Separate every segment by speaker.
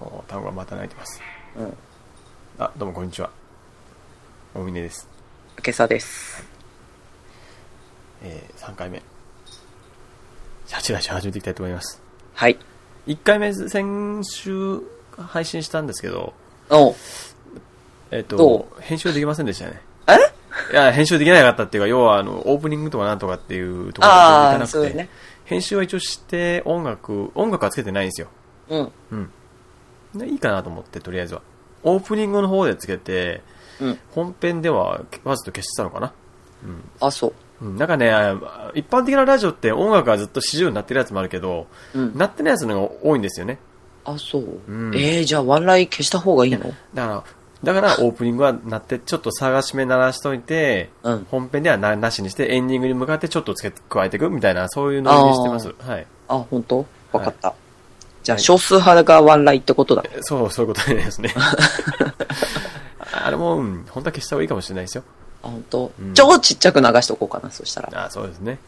Speaker 1: おタンゴがまた鳴いてます。
Speaker 2: うん。今
Speaker 1: あ、どうもこんにちは。おみねです。
Speaker 2: 朝です。
Speaker 1: えー、3回目。8ラジオ始めていきたいと思います。
Speaker 2: はい。
Speaker 1: 1回目、先週配信したんですけど、
Speaker 2: おう
Speaker 1: えっ、と
Speaker 2: ど、
Speaker 1: 編集できませんでしたね。
Speaker 2: え
Speaker 1: いや、編集できなかったっていうか、要は、あの、オープニングとかなんとかっていうところ
Speaker 2: あ
Speaker 1: が
Speaker 2: あ
Speaker 1: いかな
Speaker 2: ー、そう
Speaker 1: く
Speaker 2: で
Speaker 1: て、
Speaker 2: すね。
Speaker 1: 編集は一応して、音楽、音楽はつけてないんですよ。
Speaker 2: うん。
Speaker 1: うん。でいいかなと思って、とりあえずは。オープニングの方でつけて、
Speaker 2: うん。
Speaker 1: 本編ではわざと消してたのかな。
Speaker 2: あ、そう。
Speaker 1: うんなんかね、あ一般的なラジオって音楽がずっと四十になってるやつもあるけど、
Speaker 2: うん。
Speaker 1: なってないやつのが多いんですよね。
Speaker 2: あ、そう。
Speaker 1: うん
Speaker 2: えー、じゃあワンライン消した方がいいの
Speaker 1: だから、だからオープニングはなって、ちょっと探し目鳴らしといて、
Speaker 2: うん
Speaker 1: 本編ではななしにして、エンディングに向かってちょっと付け加えていくみたいな、そういうノリにしてます。はい。
Speaker 2: あ、本当？わかった。じゃあ少数派がワンラインってことだ。
Speaker 1: そう、そういうことです ね。あれも、うん本当は消した方がいいかもしれないですよ。
Speaker 2: あ、本当、
Speaker 1: うん
Speaker 2: 超ちっちゃく流しとこうかな、そしたら。
Speaker 1: あそうですね。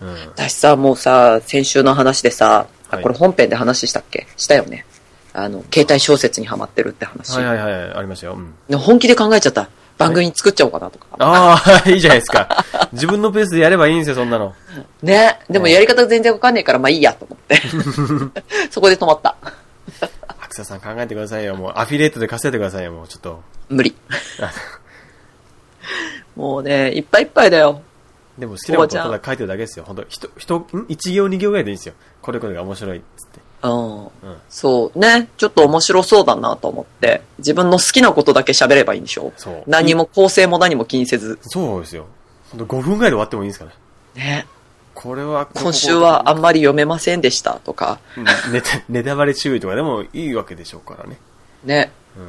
Speaker 1: うん。
Speaker 2: 私さ、もうさ、先週の話でさ、
Speaker 1: は
Speaker 2: あ
Speaker 1: い
Speaker 2: これ本編で話したっけしたよね。あの、携帯小説にハマってるって話。
Speaker 1: はいはいはい、ありましたよ。うん。
Speaker 2: で本気で考えちゃった。番組作っちゃおうかなとか。
Speaker 1: ああ、いいじゃないですか。自分のペースでやればいいんですよ、そんなの。
Speaker 2: ね。でもやり方全然わかんねえから、まあいいやと 思って。そこで止まった。
Speaker 1: アクサさん考えてくださいよ。もうアフィリエイトで稼いでくださいよ。もうちょっと。
Speaker 2: 無理。 もうね、いっぱいいっぱいだよ。
Speaker 1: でも好きなこ
Speaker 2: おばち
Speaker 1: とを
Speaker 2: ゃん
Speaker 1: ただ書いてるだけですよ。本当ひと、ひと、ん一行二行ぐらいでいいんですよ。これこれが面白いっつって。
Speaker 2: うん。
Speaker 1: うん。
Speaker 2: そうね。ちょっと面白そうだなと思って。自分の好きなことだけ喋ればいいんでしょ
Speaker 1: そう
Speaker 2: 何も構成も何も気にせず。
Speaker 1: そうですよ。本当5分ぐらいで終わってもいいんですから。
Speaker 2: ね。
Speaker 1: これは、
Speaker 2: 今週はあんまり読めませんでしたとか。
Speaker 1: うんネタ、ネタバレ注意とかでもいいわけでしょうからね。
Speaker 2: ね。
Speaker 1: うん。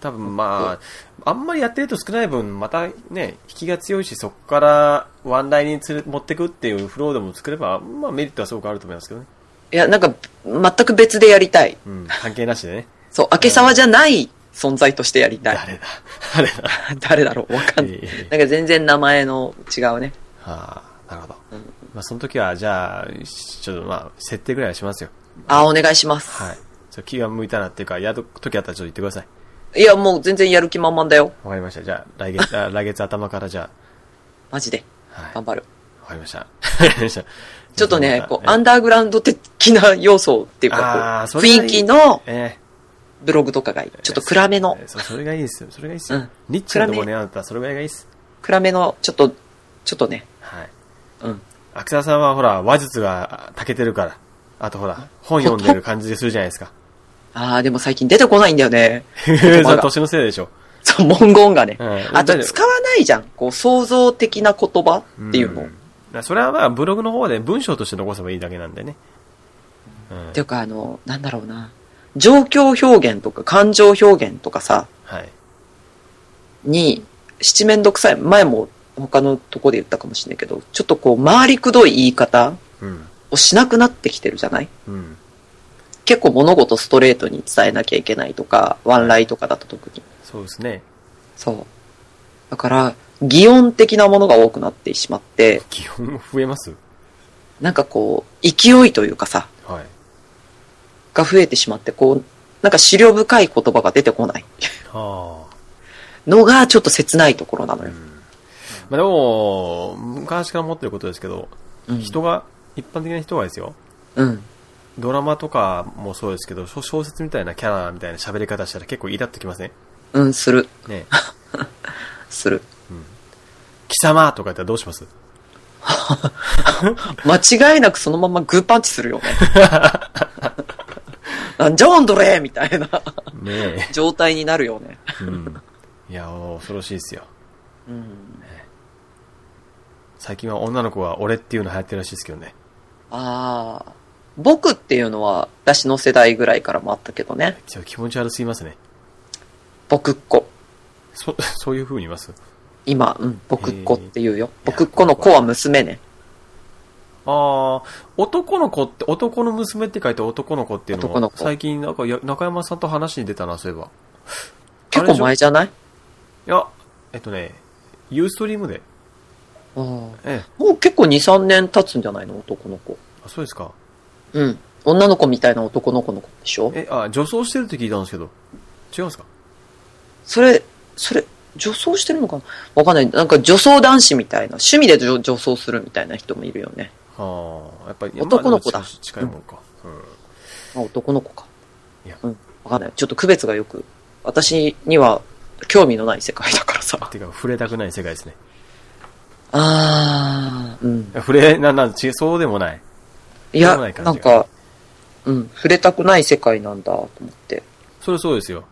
Speaker 1: 多分まあ、あんまりやってると少ない分、またね、引きが強いし、そこからワンラインにつれ持ってくっていうフローでも作れば、まあメリットはすごくあると思いますけどね。
Speaker 2: いや、なんか、全く別でやりたい。
Speaker 1: うん。関係なしでね。
Speaker 2: そう、明け沢じゃない存在としてやりたい。
Speaker 1: 誰だ誰だ
Speaker 2: 誰だろうわかんない
Speaker 1: ええ。
Speaker 2: なんか全然名前の違うね。
Speaker 1: は あ、なるほど。
Speaker 2: うん
Speaker 1: まあ、その時は、じゃあ、しちょっとまあ、設定ぐらいはしますよ。
Speaker 2: あ、お願いします。
Speaker 1: はい。ちょ気が向いたらっていうか、やる時あったらちょっと言ってください。
Speaker 2: い。や、もう全然やる気満々だよ。
Speaker 1: わかりました。じゃあ、来月、あ来月頭からじゃ
Speaker 2: マジで。
Speaker 1: あ、はい。
Speaker 2: 頑
Speaker 1: わ
Speaker 2: 張る。
Speaker 1: かりました。わかりました。
Speaker 2: ちょっとね、こう、ア
Speaker 1: あ
Speaker 2: ンダーグラウンド的な要素っていう
Speaker 1: あ
Speaker 2: か
Speaker 1: ー、そ
Speaker 2: こ
Speaker 1: うれがいい
Speaker 2: 雰囲気の
Speaker 1: え
Speaker 2: ブログとかがいい。
Speaker 1: え
Speaker 2: ちょっと暗めの
Speaker 1: え、えそそれがいいですよ。それがいいですよ。
Speaker 2: うん
Speaker 1: ニッチなところにあったらそれぐらいがいいです。
Speaker 2: 暗めの、ちょっと、ちょっとね、
Speaker 1: はい。
Speaker 2: うん。
Speaker 1: アクサさんはほら、話術があ長けてるから。あとほら、本読んでる感じでするじゃないですか。
Speaker 2: あー、でも最近出てこないんだよね。
Speaker 1: それは年のせいでしょ。
Speaker 2: そう、文言がね。
Speaker 1: うん
Speaker 2: あ
Speaker 1: だ、
Speaker 2: と
Speaker 1: けど
Speaker 2: 使わないじゃん。こう、創造的な言葉っていうの。
Speaker 1: んだそれはまあブログの方で文章として残せばいいだけなんでね。うん
Speaker 2: っていうか、あの、なんだろうな。状況表現とか感情表現とかさ、
Speaker 1: はい。
Speaker 2: に、七面倒くさい、前も他のとこで言ったかもしれないけど、ちょっとこう、回りくどい言い方
Speaker 1: うん。
Speaker 2: をしなくなってきてるじゃない
Speaker 1: うん。
Speaker 2: 結構物事ストレートに伝えなきゃいけないとか、ワンラインとかだと特に。
Speaker 1: そうですね。
Speaker 2: そう。だから、擬音的なものが多くなってしまって、
Speaker 1: 基本増えます
Speaker 2: なんかこう、勢いというかさ、
Speaker 1: はい。
Speaker 2: が増えてしまって、こう、なんか資料深い言葉が出てこない
Speaker 1: はあ。
Speaker 2: のがちょっと切ないところなのよ。
Speaker 1: まあでも、昔から思ってることですけど、
Speaker 2: うん。
Speaker 1: 人が、一般的な人がですよ、
Speaker 2: うん。
Speaker 1: ドラマとかもそうですけど、小小説みたいなキャラみたいな喋り方したら結構イラってきません
Speaker 2: うん、する、
Speaker 1: ね
Speaker 2: する。
Speaker 1: 貴様とか言ったらどうします
Speaker 2: 間違いなくそのままグーパンチするよ ね。なんじゃおんどれみたいな
Speaker 1: ね
Speaker 2: 状態になるよね。
Speaker 1: え。うん。いや、恐ろしいですよ。
Speaker 2: うん。
Speaker 1: 最近は女の子は俺っていうの流行ってるらしいですけどね。
Speaker 2: ああ。僕っていうのは私の世代ぐらいからもあったけどね。
Speaker 1: ちょっと気持ち悪すぎますね。
Speaker 2: 僕っ子。
Speaker 1: そ、 そういう風に言います
Speaker 2: 今、うん、僕っ子っていうよ。僕っ
Speaker 1: いや
Speaker 2: 子の子は娘ね。
Speaker 1: ああ、男の子って、男の娘って書いて男の子っていうの
Speaker 2: 男の
Speaker 1: は、
Speaker 2: 子
Speaker 1: 最近なんかや中山さんと話に出たな、そういえば。
Speaker 2: 結構前じゃない
Speaker 1: いや、えっとね、ユーストリームで。
Speaker 2: あー
Speaker 1: ええ、
Speaker 2: もう結構2、3年経つんじゃないの男の子。
Speaker 1: あそうですか。
Speaker 2: うん。女の子みたいな男の子の子でしょ
Speaker 1: え、あ、女装してるって聞いたんですけど、違うんですか
Speaker 2: それ、それ、女装してるのかなわかんない。なんか女装男子みたいな、趣味で女女装するみたいな人もいるよね。
Speaker 1: はあ、やっぱり、
Speaker 2: 男の子だ
Speaker 1: まあでも近いもんか。うん。
Speaker 2: まあ、男の子か。
Speaker 1: いや
Speaker 2: うん。わかんない。ちょっと区別がよく、私には興味のない世界だからさ。
Speaker 1: てか、触れたくない世界ですね。
Speaker 2: あー、うん。
Speaker 1: 触れ、な、なん、ちそうでもない。
Speaker 2: いや、
Speaker 1: そうな
Speaker 2: ない
Speaker 1: 感
Speaker 2: ん
Speaker 1: じが
Speaker 2: か、うん、触れたくない世界なんだと思って。
Speaker 1: それはそうですよ。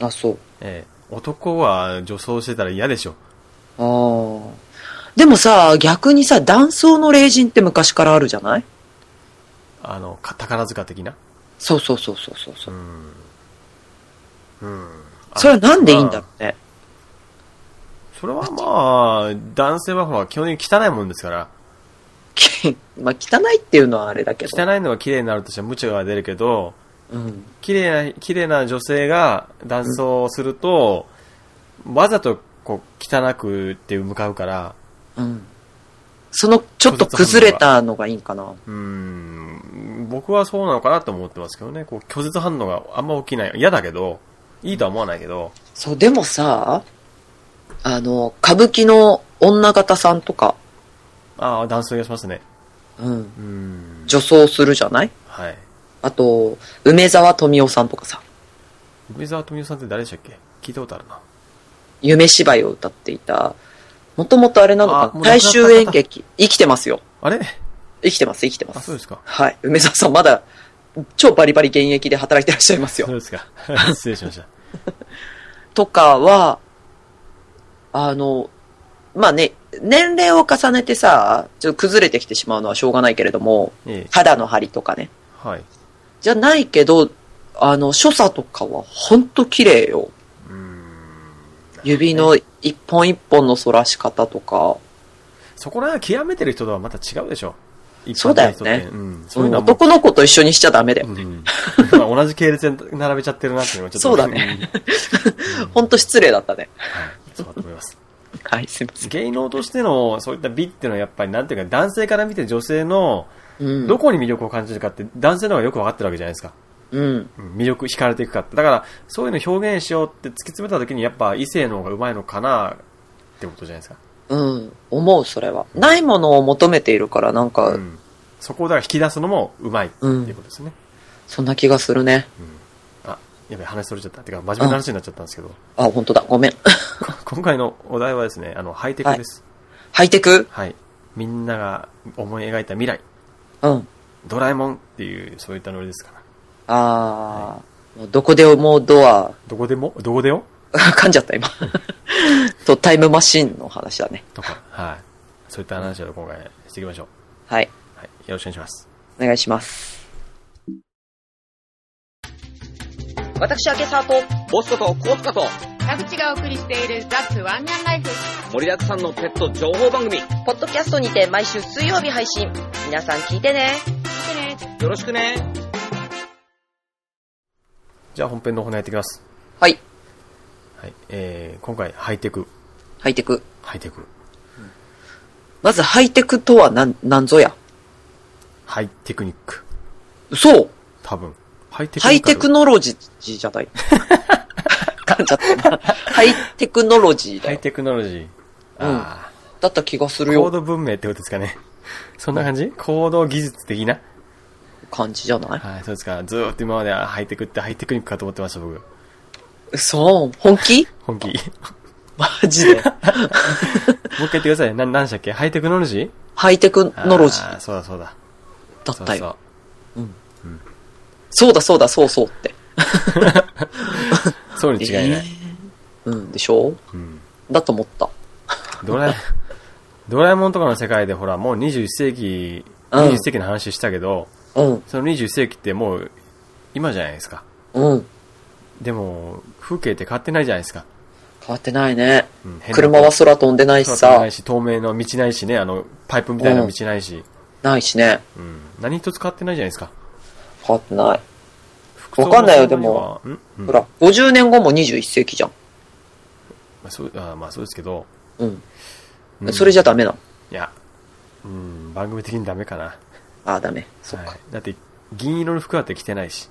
Speaker 2: あ、そう。
Speaker 1: ええ男は女装してたら嫌でしょ。
Speaker 2: あー。でもさ、逆にさ、男装の霊人って昔からあるじゃない
Speaker 1: あの、か宝塚的な。
Speaker 2: そうそうそうそうそうそうう。
Speaker 1: ん。うん。あ
Speaker 2: それはなんでいいんだろうね。
Speaker 1: それはまあ、男性はほら、基本的に汚いもんですから、
Speaker 2: まあ、汚いっていうのはあれだけど。
Speaker 1: 汚いのが綺麗になるとしたら無茶が出るけど、
Speaker 2: うん。
Speaker 1: 綺麗な、綺麗な女性が男装をすると、わざとこう、汚くって向かうから、
Speaker 2: うん。その、ちょっと崩れたのがいいんかな。
Speaker 1: うん、僕はそうなのかなと思ってますけどね、こう、拒絶反応があんま起きない。嫌だけど、いいとは思わないけど、
Speaker 2: そう、でもさ、あの、歌舞伎の女方さんとか、
Speaker 1: ああ、男装がしますね。
Speaker 2: うん。
Speaker 1: うん。
Speaker 2: 女装するじゃない
Speaker 1: はい。
Speaker 2: あと、梅沢富美男さんとかさ、
Speaker 1: 梅沢富美男さんって誰でしたっけ聞いたことあるな。
Speaker 2: 夢芝居を歌っていた、もともとあれなの
Speaker 1: あ
Speaker 2: か
Speaker 1: も
Speaker 2: な
Speaker 1: う亡くなっ
Speaker 2: 大
Speaker 1: た
Speaker 2: 衆演劇、生きてますよ。
Speaker 1: あれ
Speaker 2: 生きてます、生きてま
Speaker 1: あ、そう
Speaker 2: す
Speaker 1: で。すか。
Speaker 2: はい。梅沢さんまだ、超バリバリ現役で働いてらっしゃいます
Speaker 1: そう
Speaker 2: よ。
Speaker 1: ですか。 失礼しました。
Speaker 2: とかは、あの、まあね、年齢を重ねてさ、ちょっと崩れてきてしまうのはしょうがないけれども、
Speaker 1: ええ。
Speaker 2: 肌の張りとかね。
Speaker 1: はい。
Speaker 2: じゃないけど、あの、所作とかはほんと綺麗よ。
Speaker 1: うん。
Speaker 2: 指の一本一本の反らし方とか。
Speaker 1: そこら辺は極めてる人とはまた違うでしょ。一
Speaker 2: そう
Speaker 1: 般
Speaker 2: だ
Speaker 1: 的
Speaker 2: よ
Speaker 1: な
Speaker 2: ね
Speaker 1: 人ってうん。そういうのはもう
Speaker 2: 男の子と一緒にしちゃダメだよ。
Speaker 1: うん。まあ同じ系列で並べちゃってるなっていうのはちょっと。
Speaker 2: そうだね
Speaker 1: うん。
Speaker 2: ほんと失礼だったね。
Speaker 1: はい。そうだと思います。
Speaker 2: はい、すいません。
Speaker 1: 芸能としてのそういった美っていうのはやっぱりなんていうか男性から見て女性の
Speaker 2: うん。
Speaker 1: どこに魅力を感じるかって男性の方がよく分かってるわけじゃないですか。
Speaker 2: うん。
Speaker 1: うん魅力、惹かれていくかって。だからそういうのを表現しようって突き詰めた時にやっぱ異性の方がうまいのかなってことじゃないですか。
Speaker 2: うん。思う、それは。ないものを求めているから、なんか、
Speaker 1: うん。そこをだから引き出すのもうまいっていうことですね。
Speaker 2: そんな気がするね。
Speaker 1: あ、やべえ、話それちゃった。てか、真面目な話になっちゃったんですけど、
Speaker 2: あ、ほんとだ。ごめん。
Speaker 1: 今回のお題はですね、あの、ハイテクです。
Speaker 2: ハイテク
Speaker 1: はい。みんなが思い描いた未来、
Speaker 2: うん。
Speaker 1: ドラえもんっていう、そういったノリですから。
Speaker 2: あー。もうどこでもドア、
Speaker 1: どこでもどこでよ
Speaker 2: 噛んじゃった、今。 と、タイムマシンの話だね。
Speaker 1: とか、はい。そういった話を今回していきましょう。
Speaker 2: はい。
Speaker 1: はい。よろしくお願いします。
Speaker 2: お願いします。私は今朝と、
Speaker 3: ボスことコースカと
Speaker 4: 田口がお送りしているザ・ツワンニャンライフ。
Speaker 3: 盛りだくさんのペット情報番組よ
Speaker 2: ポッドキャストにて毎週水曜日配信。皆さん聞いてね。
Speaker 3: ろしくね
Speaker 1: じゃあ本編の方に入っていきます。
Speaker 2: はい。
Speaker 1: はい。えー、今回、ハイテク。
Speaker 2: ハイテク。
Speaker 1: ハイテク。
Speaker 2: まず、ハイテクとはなん、なんぞや。
Speaker 1: ハイテクニック。
Speaker 2: そう
Speaker 1: 多分。ハイテク
Speaker 2: ハイテク
Speaker 1: ニカル
Speaker 2: ノロジーじ ゃない。噛んじゃったな。ハイテクノロジー
Speaker 1: ハ
Speaker 2: だ
Speaker 1: イ
Speaker 2: よ。
Speaker 1: テクノロジー。ああ。
Speaker 2: だった気がする
Speaker 1: コー
Speaker 2: よ。
Speaker 1: ド文明ってことですかね。 そんな感じ行動技術的な
Speaker 2: 感じじゃない
Speaker 1: はい、そうですか。ずーっと今まではハイテクってハイテクニックかと思ってました、僕。
Speaker 2: そう。本気
Speaker 1: 本気。もう
Speaker 2: マジ で。
Speaker 1: 一回言ってください。な、なんでしたっけハイテクノロジー
Speaker 2: ハイテクノロジー
Speaker 1: あーそうだそうだ。そ
Speaker 2: だっ
Speaker 1: うそ
Speaker 2: た
Speaker 1: う
Speaker 2: よ。。そうだそうだ、そうそうって。
Speaker 1: そうに違いない。
Speaker 2: うん、でしょ
Speaker 1: うん。
Speaker 2: だと思った。
Speaker 1: ドラえ、 ドラえもんとかの世界でほら、もう21世紀、
Speaker 2: うん
Speaker 1: 21世紀の話したけど、
Speaker 2: うん、
Speaker 1: その21世紀ってもう、今じゃないですか。
Speaker 2: うん。
Speaker 1: でも、風景って変わってないじゃないですか。
Speaker 2: 変わってないね。
Speaker 1: うん変な
Speaker 2: 車は空飛んでないし
Speaker 1: そうな
Speaker 2: さ
Speaker 1: い、し、透明の道ないしね、あの、パイプみたいな道ないし。
Speaker 2: ないしね。
Speaker 1: うん。何一つ変わってないじゃないですか。
Speaker 2: 変わってない。わかんないよでも
Speaker 1: 服装そんなには。うん、うん、
Speaker 2: ほら、50年後も21世紀じゃん。
Speaker 1: まあ、そうあーまあそうですけど、
Speaker 2: うん。
Speaker 1: うん
Speaker 2: それじゃダメなの。
Speaker 1: いや、うん、番組的にダメかな。
Speaker 2: ああ、ダメ。そっか。
Speaker 1: はい、だって、銀色の服だって着てないし。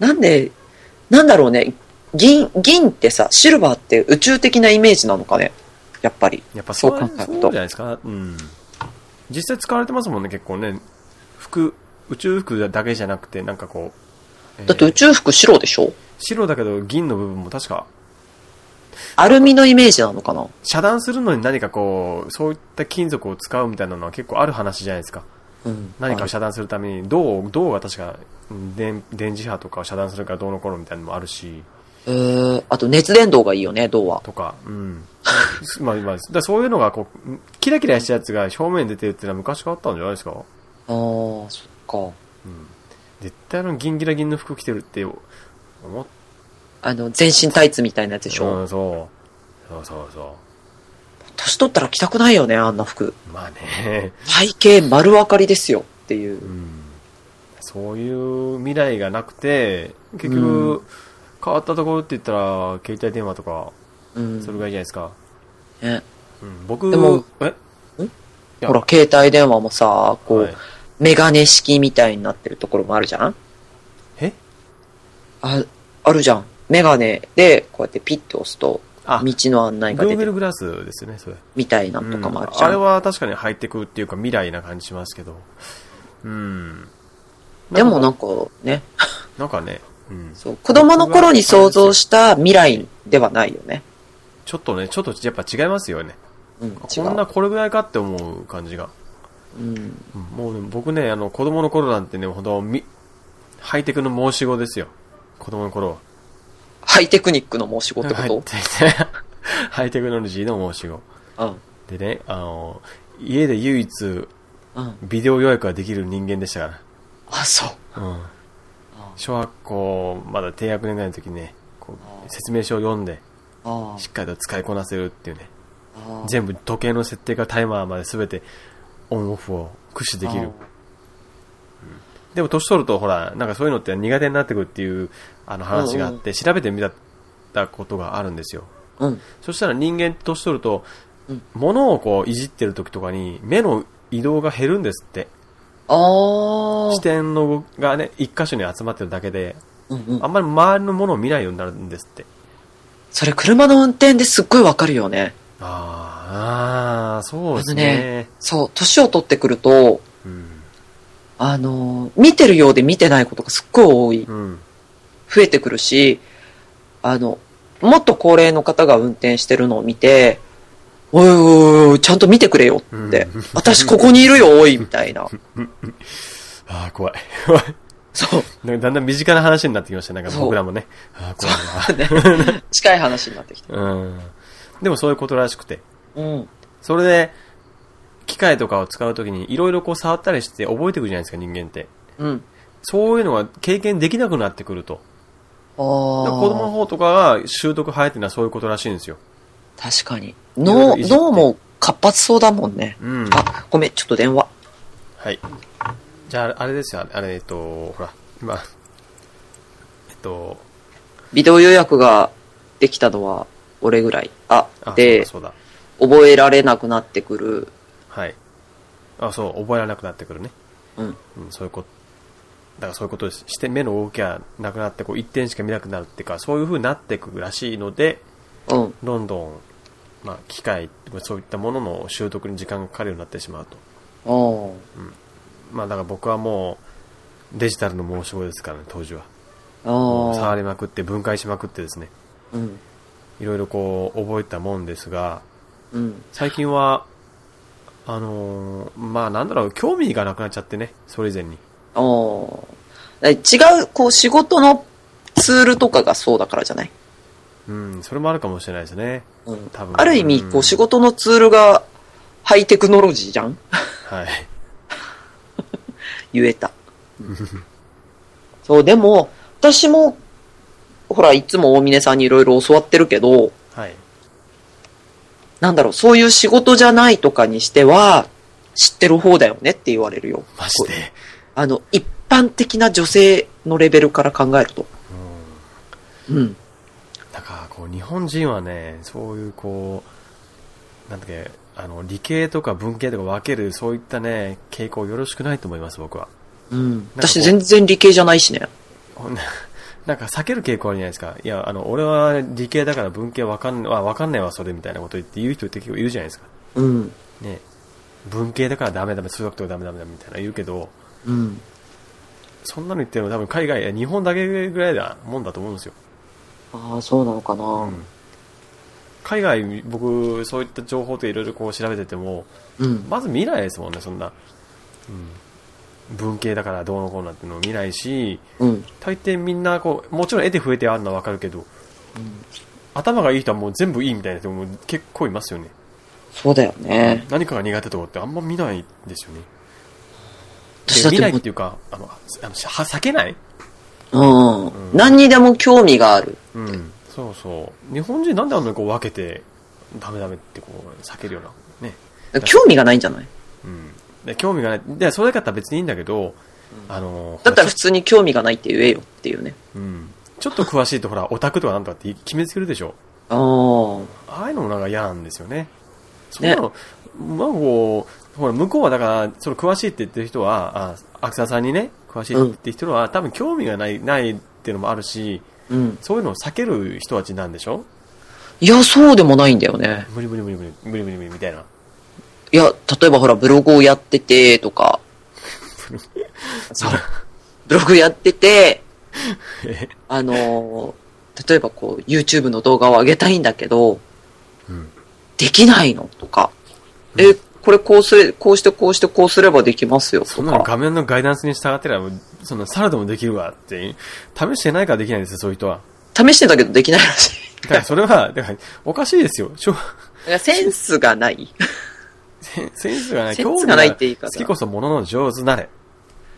Speaker 2: なんで、なんだろうね。銀、銀ってさ、シルバーって宇宙的なイメージなのかね。やっぱり。
Speaker 1: やっぱそ
Speaker 2: そうう
Speaker 1: そ
Speaker 2: 考
Speaker 1: う
Speaker 2: えると
Speaker 1: じゃないですか。うん。実際使われてますもんね、結構ね。服、宇宙服だけじゃなくて、なんかこう。えー
Speaker 2: だって宇宙服白でしょ
Speaker 1: 白だけど銀の部分も確か、
Speaker 2: アルミのイメージなのかな
Speaker 1: 遮断するのに何かこう、そういった金属を使うみたいなのは結構ある話じゃないですか。
Speaker 2: うん。
Speaker 1: 何かを
Speaker 2: あ
Speaker 1: 遮断するために、銅、銅が確か、うん電電磁波とかを遮断するからどうの頃みたいなのもあるし、
Speaker 2: えー、あと熱伝導がいいよね、銅は。
Speaker 1: とか、うん。 まあ、まあ、だからそういうのがこう、キラキラしたやつが表面に出てるっていうのは昔からあったんじゃないですか
Speaker 2: あー、そっか。
Speaker 1: 絶対あの、銀ギラ銀の服着てるって思っ
Speaker 2: あの、全身タイツみたいなやつで
Speaker 1: て
Speaker 2: し
Speaker 1: う
Speaker 2: ょ、
Speaker 1: ん、そう。そうそうそ
Speaker 2: 年取ったら着たくないよね、あんな服。
Speaker 1: う。まあね、
Speaker 2: 背景丸分かりですよっていうう。
Speaker 1: ん。そういう未来がなくて、結局、変わったところって言ったら、携帯電話とか、
Speaker 2: うん。
Speaker 1: それがいいじゃないですか。
Speaker 2: ね、
Speaker 1: うん、僕、
Speaker 2: でも
Speaker 1: えや
Speaker 2: ほら、携帯電話もさ、こう、
Speaker 1: はい
Speaker 2: メガネ式みたいになってるところもあるじゃん
Speaker 1: え
Speaker 2: あ、あるじゃん。メガネで、こうやってピッと押すと、
Speaker 1: あ
Speaker 2: 道、の案内が出て
Speaker 1: Google
Speaker 2: る
Speaker 1: グラスですよね、それ。
Speaker 2: みたいな
Speaker 1: うん
Speaker 2: とかもあるじゃ
Speaker 1: あ
Speaker 2: ん。
Speaker 1: れは確かにハイテクっていうか未来な感じしますけど。うん。
Speaker 2: でもなんかね、
Speaker 1: なんかね、うん。
Speaker 2: そう、子供の頃に想像した未来ではないよね。
Speaker 1: ちょっとね、ちょっとやっぱ違いますよね。
Speaker 2: うん、違う。
Speaker 1: こんなこれぐらいかって思う感じが。
Speaker 2: うん。
Speaker 1: うんもうね、僕ね、あの、子供の頃なんてね、ほんと、み、ハイテクの申し子ですよ。子供の頃は。
Speaker 2: ハイテクニックの申し子って
Speaker 1: ハイ
Speaker 2: こ
Speaker 1: テ ハイテクノロジーの申し子。
Speaker 2: とうん。
Speaker 1: でね、あの、家で唯一、
Speaker 2: うん。
Speaker 1: ビデオ予約ができる人間でしたから。
Speaker 2: あ、そう。
Speaker 1: うん小学校、まだ低学年ぐらいの時にね、こ
Speaker 2: あ
Speaker 1: う
Speaker 2: ー
Speaker 1: 説明書を読んで、
Speaker 2: あ
Speaker 1: しっかりと使いこなせるっていうね、
Speaker 2: あ。
Speaker 1: 全部時計の設定からタイマーまで全てオンオフを駆使できる。でも年取るとほら、なんかそういうのって苦手になってくるっていうあの話があって、調べてみたことがあるんですよ。
Speaker 2: あー。うん。
Speaker 1: そしたら人間って年取ると
Speaker 2: うん、
Speaker 1: 物をこういじってる時とかに目の移動が減るんですって。
Speaker 2: ああ
Speaker 1: 視。点の動きがね、一箇所に集まってるだけで、
Speaker 2: うんうん
Speaker 1: あんまり周りのものを見ないようになるんですって。
Speaker 2: それ車の運転ですっごいわかるよね。
Speaker 1: あーあー、そうです
Speaker 2: あの
Speaker 1: ね
Speaker 2: ね。そう、年を取ってくると、
Speaker 1: うん。
Speaker 2: あのー、見てるようで見てないことがすっごい多い、
Speaker 1: うん。
Speaker 2: 増えてくるし、あの、もっと高齢の方が運転してるのを見て、おいおいおい、ちゃんと見てくれよって
Speaker 1: うん、
Speaker 2: 私ここにいるよ、おい、み たいな。
Speaker 1: ああ、怖い。
Speaker 2: そう、
Speaker 1: なんかだんだん身近な話になってきました。なんか
Speaker 2: そう
Speaker 1: 僕らもね。ああ、怖い
Speaker 2: 近い話になってきて。
Speaker 1: な。うん。でもそういうことらしくて。
Speaker 2: うん。
Speaker 1: それで、機械とかを使うときにいろいろこう触ったりして覚えていくじゃないですか、人間って。
Speaker 2: うん。
Speaker 1: そういうのが経験できなくなってくると。
Speaker 2: あ
Speaker 1: だから
Speaker 2: あ。
Speaker 1: 子供の方とかが習得早いっていうのはそういうことらしいんですよ。
Speaker 2: 確かに。
Speaker 1: いろ
Speaker 2: 脳、
Speaker 1: いろいじって
Speaker 2: 脳も活発そうだもんね。
Speaker 1: うん。
Speaker 2: あ、ごめん、ちょっと電話。
Speaker 1: はい。じゃあ、あれですよ、あれ、えっと、ほら、今、えっと、
Speaker 2: ビデオ予約ができたのは俺ぐらい。あ
Speaker 1: あ、、
Speaker 2: で、
Speaker 1: そうだ、そう
Speaker 2: 覚えられなくなってくる。
Speaker 1: だ。はい。あ、そう、覚えられなくなってくるね。
Speaker 2: うん。
Speaker 1: うん、そういうこと。だからそういうことです。して、目の動きがなくなって、こう、一点しか見なくなるっていうか、そういう風になっていくらしいので、
Speaker 2: うん。
Speaker 1: どんどん、まあ、機械、そういったものの習得に時間がかかるようになってしまうと。
Speaker 2: おー
Speaker 1: まあ、だから僕はもう、デジタルの申し子ですからね、当時は。もう触
Speaker 2: あ
Speaker 1: りまくって、分解しまくってですね。
Speaker 2: ー。うん。
Speaker 1: いろいろこう、覚えたもんですが、
Speaker 2: うん。
Speaker 1: 最近は、あのーまあなんだろう、興味がなくなっちゃってね、それ以前に。
Speaker 2: おー違う、こう、仕事のツールとかがそうだからじゃない
Speaker 1: うん、それもあるかもしれないですね。
Speaker 2: うん。
Speaker 1: 多分。
Speaker 2: ある意味
Speaker 1: う、ん
Speaker 2: こう、仕。事のツールがハイテクノロジーじゃん
Speaker 1: はい。
Speaker 2: 言えた。そう、でも、私も、ほら、いつも大峰さんにいろいろ教わってるけど、
Speaker 1: はい。
Speaker 2: なんだろう、そういう仕事じゃないとかにしては、知ってる方だよねって言われるよ。
Speaker 1: まして、
Speaker 2: あの、一般的な女性のレベルから考えると。うん。
Speaker 1: なんかこう、日本人はね、そういうこう、なんだっけ、あの、理系とか文系とか分ける、そういったね、傾向よろしくないと思います、僕は。
Speaker 2: うん。私全然理系じゃないしね。
Speaker 1: ほんな なんか避ける傾向あるじゃないですか。いや、あの、俺は理系だから文系わかんない、あわかんないわ、それみたいなこと言って言う人って結構いるじゃないですか。
Speaker 2: うん。
Speaker 1: ね。文系だからダメダメ、数学とかダメダメだみたいな言うけど、
Speaker 2: うん。
Speaker 1: そんなの言っても多分海外、日本だけぐらいだもんだと思うんですよ。
Speaker 2: ああ、そうなのかな。
Speaker 1: うん海外、僕、そういった情報といろいろこう調べてても、
Speaker 2: うん。
Speaker 1: まず見ないですもんね、そんな。うん。文系だからどうのこうのってのを見ないし、
Speaker 2: うん。
Speaker 1: 大抵みんなこう、もちろん得て増えてあるのはわかるけど、頭がいい人はもう全部いいみたいな人も結構いますよね。
Speaker 2: そうだよね。
Speaker 1: 何かが苦手とかってあんま見ないですよね。
Speaker 2: 私だっ
Speaker 1: で見
Speaker 2: て
Speaker 1: ない
Speaker 2: も、
Speaker 1: っていうか、あの、あのしは避けないう
Speaker 2: うん、
Speaker 1: うん
Speaker 2: 何にでも興味がある。
Speaker 1: うん。そうそう。日本人なんであんなにこう分けて、ダメダメってこう、避けるような。ね。
Speaker 2: 興味がないんじゃない
Speaker 1: うん。で、興味がない。で、それだったら別にいいんだけど、あの、
Speaker 2: だったら
Speaker 1: ほ
Speaker 2: 普通に興味がないって言えよっていうね。
Speaker 1: らうん。ちょっと詳しいとほら、オタクとかなんとかって決めつけるでしょ。
Speaker 2: ああ。
Speaker 1: ああいうのもなんか嫌なんですよね。そんなの、まあこう、ほら、向こうはだから、その詳しいって言ってる人は、あ、アクサさんにね、詳しいって言ってる人は、多分興味がない、ないっていうのもあるし、
Speaker 2: うん。
Speaker 1: そういうのを避ける人たちなんでしょ
Speaker 2: いや、そうでもないんだよね。
Speaker 1: 無理無理無理無理、無理無理無理みたいな。
Speaker 2: いや、例えばほら、ブログをやってて、とか。そう。ブログやってて、
Speaker 1: え
Speaker 2: あのー例えばこう、YouTube の動画を上げたいんだけど、
Speaker 1: うん
Speaker 2: できないのとか。え、これこうすれ、こうしてこうしてこうすればできますよ、
Speaker 1: そ
Speaker 2: と
Speaker 1: んなの
Speaker 2: か。
Speaker 1: 画面のガイダンスに従ってれば、そんなサラダもできるわって、試してないからできないんですよ、そういう人は。
Speaker 2: 試してたけどできないらしい。
Speaker 1: だからそれは、だから、おかしいですよ。しょう
Speaker 2: だからセンスがない。
Speaker 1: セン センスがない。
Speaker 2: センスがないって言い方
Speaker 1: 興味が好きこそものの上手なれ。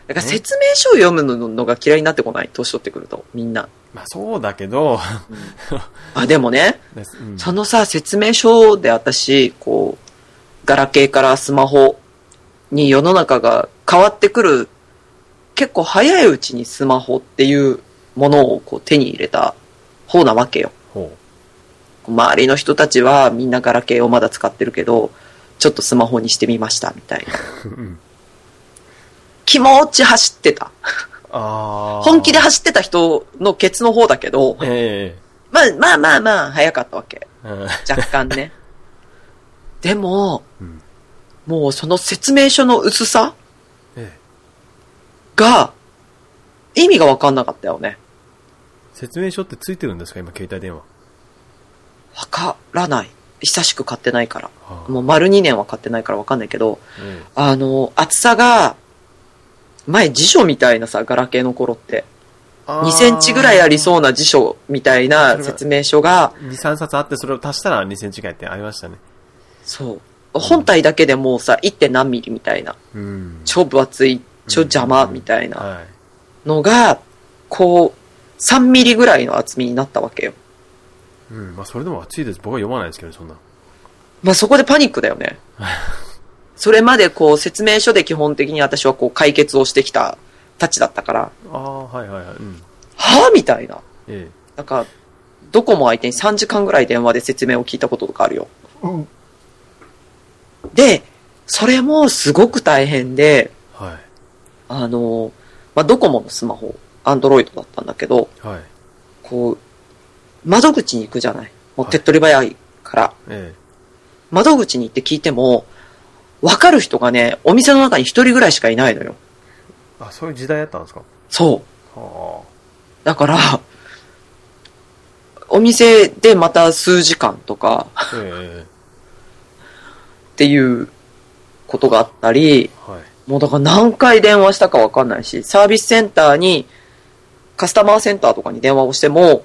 Speaker 2: だから説明書を読むののが嫌いになってこない。年取ってくると、みんな。
Speaker 1: まあそうだけど、
Speaker 2: あ、でもね、
Speaker 1: ですうん
Speaker 2: そのさ、説明書で私、こう、ガラケーからスマホに世の中が変わってくる、結構早いうちにスマホっていうものをこう手に入れた方なわけよ。
Speaker 1: ほう。
Speaker 2: 周りの人たちはみんなガラケーをまだ使ってるけど、ちょっとスマホにしてみました、みたいな。
Speaker 1: うん
Speaker 2: 気持ち走ってた。
Speaker 1: あー
Speaker 2: 本気で走ってた人のケツの方だけど、
Speaker 1: え
Speaker 2: まあまあまあまあ、早かったわけ。
Speaker 1: えうん
Speaker 2: 若干ね。でも、
Speaker 1: うん
Speaker 2: もうその説明書の薄さ
Speaker 1: ええ
Speaker 2: が、意味がわかんなかったよね。
Speaker 1: 説明書ってついてるんですか今、携帯電話。
Speaker 2: わからない。久しく買ってないから。
Speaker 1: あー
Speaker 2: もう丸2年は買ってないからわかんないけど、
Speaker 1: え
Speaker 2: あの、厚さが、前辞書みたいなさ、ガラケーの頃って、
Speaker 1: え
Speaker 2: 2センチぐらいありそうな辞書みたい
Speaker 1: それ
Speaker 2: な
Speaker 1: が
Speaker 2: 説明書が、
Speaker 1: 2、3冊あって、それを足したら2センチぐらいってありましたね。
Speaker 2: そう、本体だけでもうさ、1. 点何ミリみたいな、
Speaker 1: うん。
Speaker 2: 超分厚い、超邪魔
Speaker 1: うん
Speaker 2: みたいな、
Speaker 1: はい。
Speaker 2: のが、こう、3ミリぐらいの厚みになったわけよ。
Speaker 1: うん。まあそれでも熱いです。僕は読まないですけどね、そんな。
Speaker 2: まあそこでパニックだよね。それまでこう説明書で基本的に私はこう解決をしてきたたちだったから、
Speaker 1: ああ、はいはいはい。うん。
Speaker 2: はぁみたいな。
Speaker 1: え
Speaker 2: なんか、ドコモ相手に3時間ぐらい電話で説明を聞いたこととかあるよ。
Speaker 1: え。うん。
Speaker 2: で、それもすごく大変で、
Speaker 1: は
Speaker 2: あの、まあ、ドコモのスマホ、アンドロイドだったんだけど、
Speaker 1: い。はい。
Speaker 2: こう、窓口に行くじゃない。もう手っ取り早いから。
Speaker 1: え
Speaker 2: 窓口に行って聞いても、わかる人がね、お店の中に一人ぐらいしかいないのよ。
Speaker 1: え。あ、そういう時代だったんですか
Speaker 2: そう。
Speaker 1: は
Speaker 2: だから、 お店でまた数時間とか
Speaker 1: あ。え
Speaker 2: っていうことがあったり、
Speaker 1: え。はい。
Speaker 2: もうだから何回電話したかわかんないし、サービスセンターに、カスタマーセンターとかに電話をしても、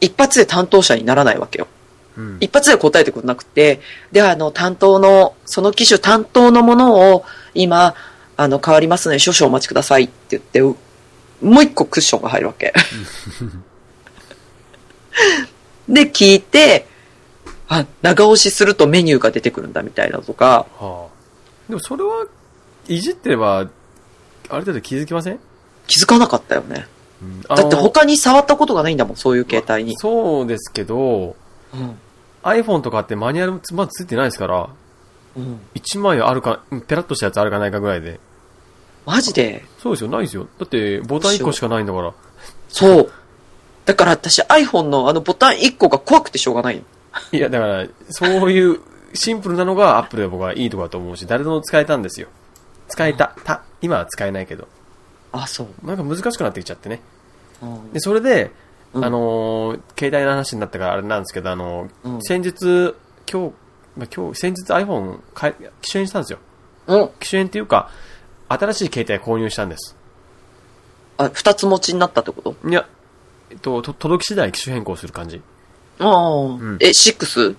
Speaker 2: 一発で担当者にならないわけよ。
Speaker 1: うん。
Speaker 2: 一発で答えてくれなくて、では、あの、担当の、その機種担当のものを、今、あの、変わりますので、少々お待ちくださいって言って、うもう一個クッションが入るわ け。で、聞いて、あ、長押しするとメニューが出てくるんだみたいなとか、
Speaker 1: はあ。でもそれは、いじってれば、ある程度気づきません
Speaker 2: 気づかなかったよね。
Speaker 1: うん
Speaker 2: だって他に触ったことがないんだもん、そういう携帯に。
Speaker 1: そうですけど、
Speaker 2: うん。
Speaker 1: iPhone とかってマニュアルもつまだついてないですから、
Speaker 2: うん。
Speaker 1: 1枚あるか、うんペラッとしたやつあるかないかぐらいで。
Speaker 2: マジで。
Speaker 1: そうですよ、ないですよ。だって、ボタン1個しかないんだから。
Speaker 2: そう。だから私 iPhone のあのボタン1個が怖くてしょうがないよ。
Speaker 1: いや、だから、そういうシンプルなのがアップルで僕はいいとこだと思うし、誰でも使えたんですよ。使えた、た、今は使えないけど。
Speaker 2: あ、そう。
Speaker 1: なんか難しくなってきちゃってね。
Speaker 2: うん
Speaker 1: で、それで、
Speaker 2: うん
Speaker 1: あのー携帯の話になったからあれなんですけど、あのー
Speaker 2: うん
Speaker 1: 先日、今日、まあ、今日、先日 iPhone 買い、機種変したんですよ。
Speaker 2: うん。
Speaker 1: 機種変っていうか、新しい携帯購入したんです。
Speaker 2: あ、二つ持ちになったってこと
Speaker 1: いや、えっと、と届き次第機種変更する感じ。
Speaker 2: あ
Speaker 1: ん
Speaker 2: あ。え、6?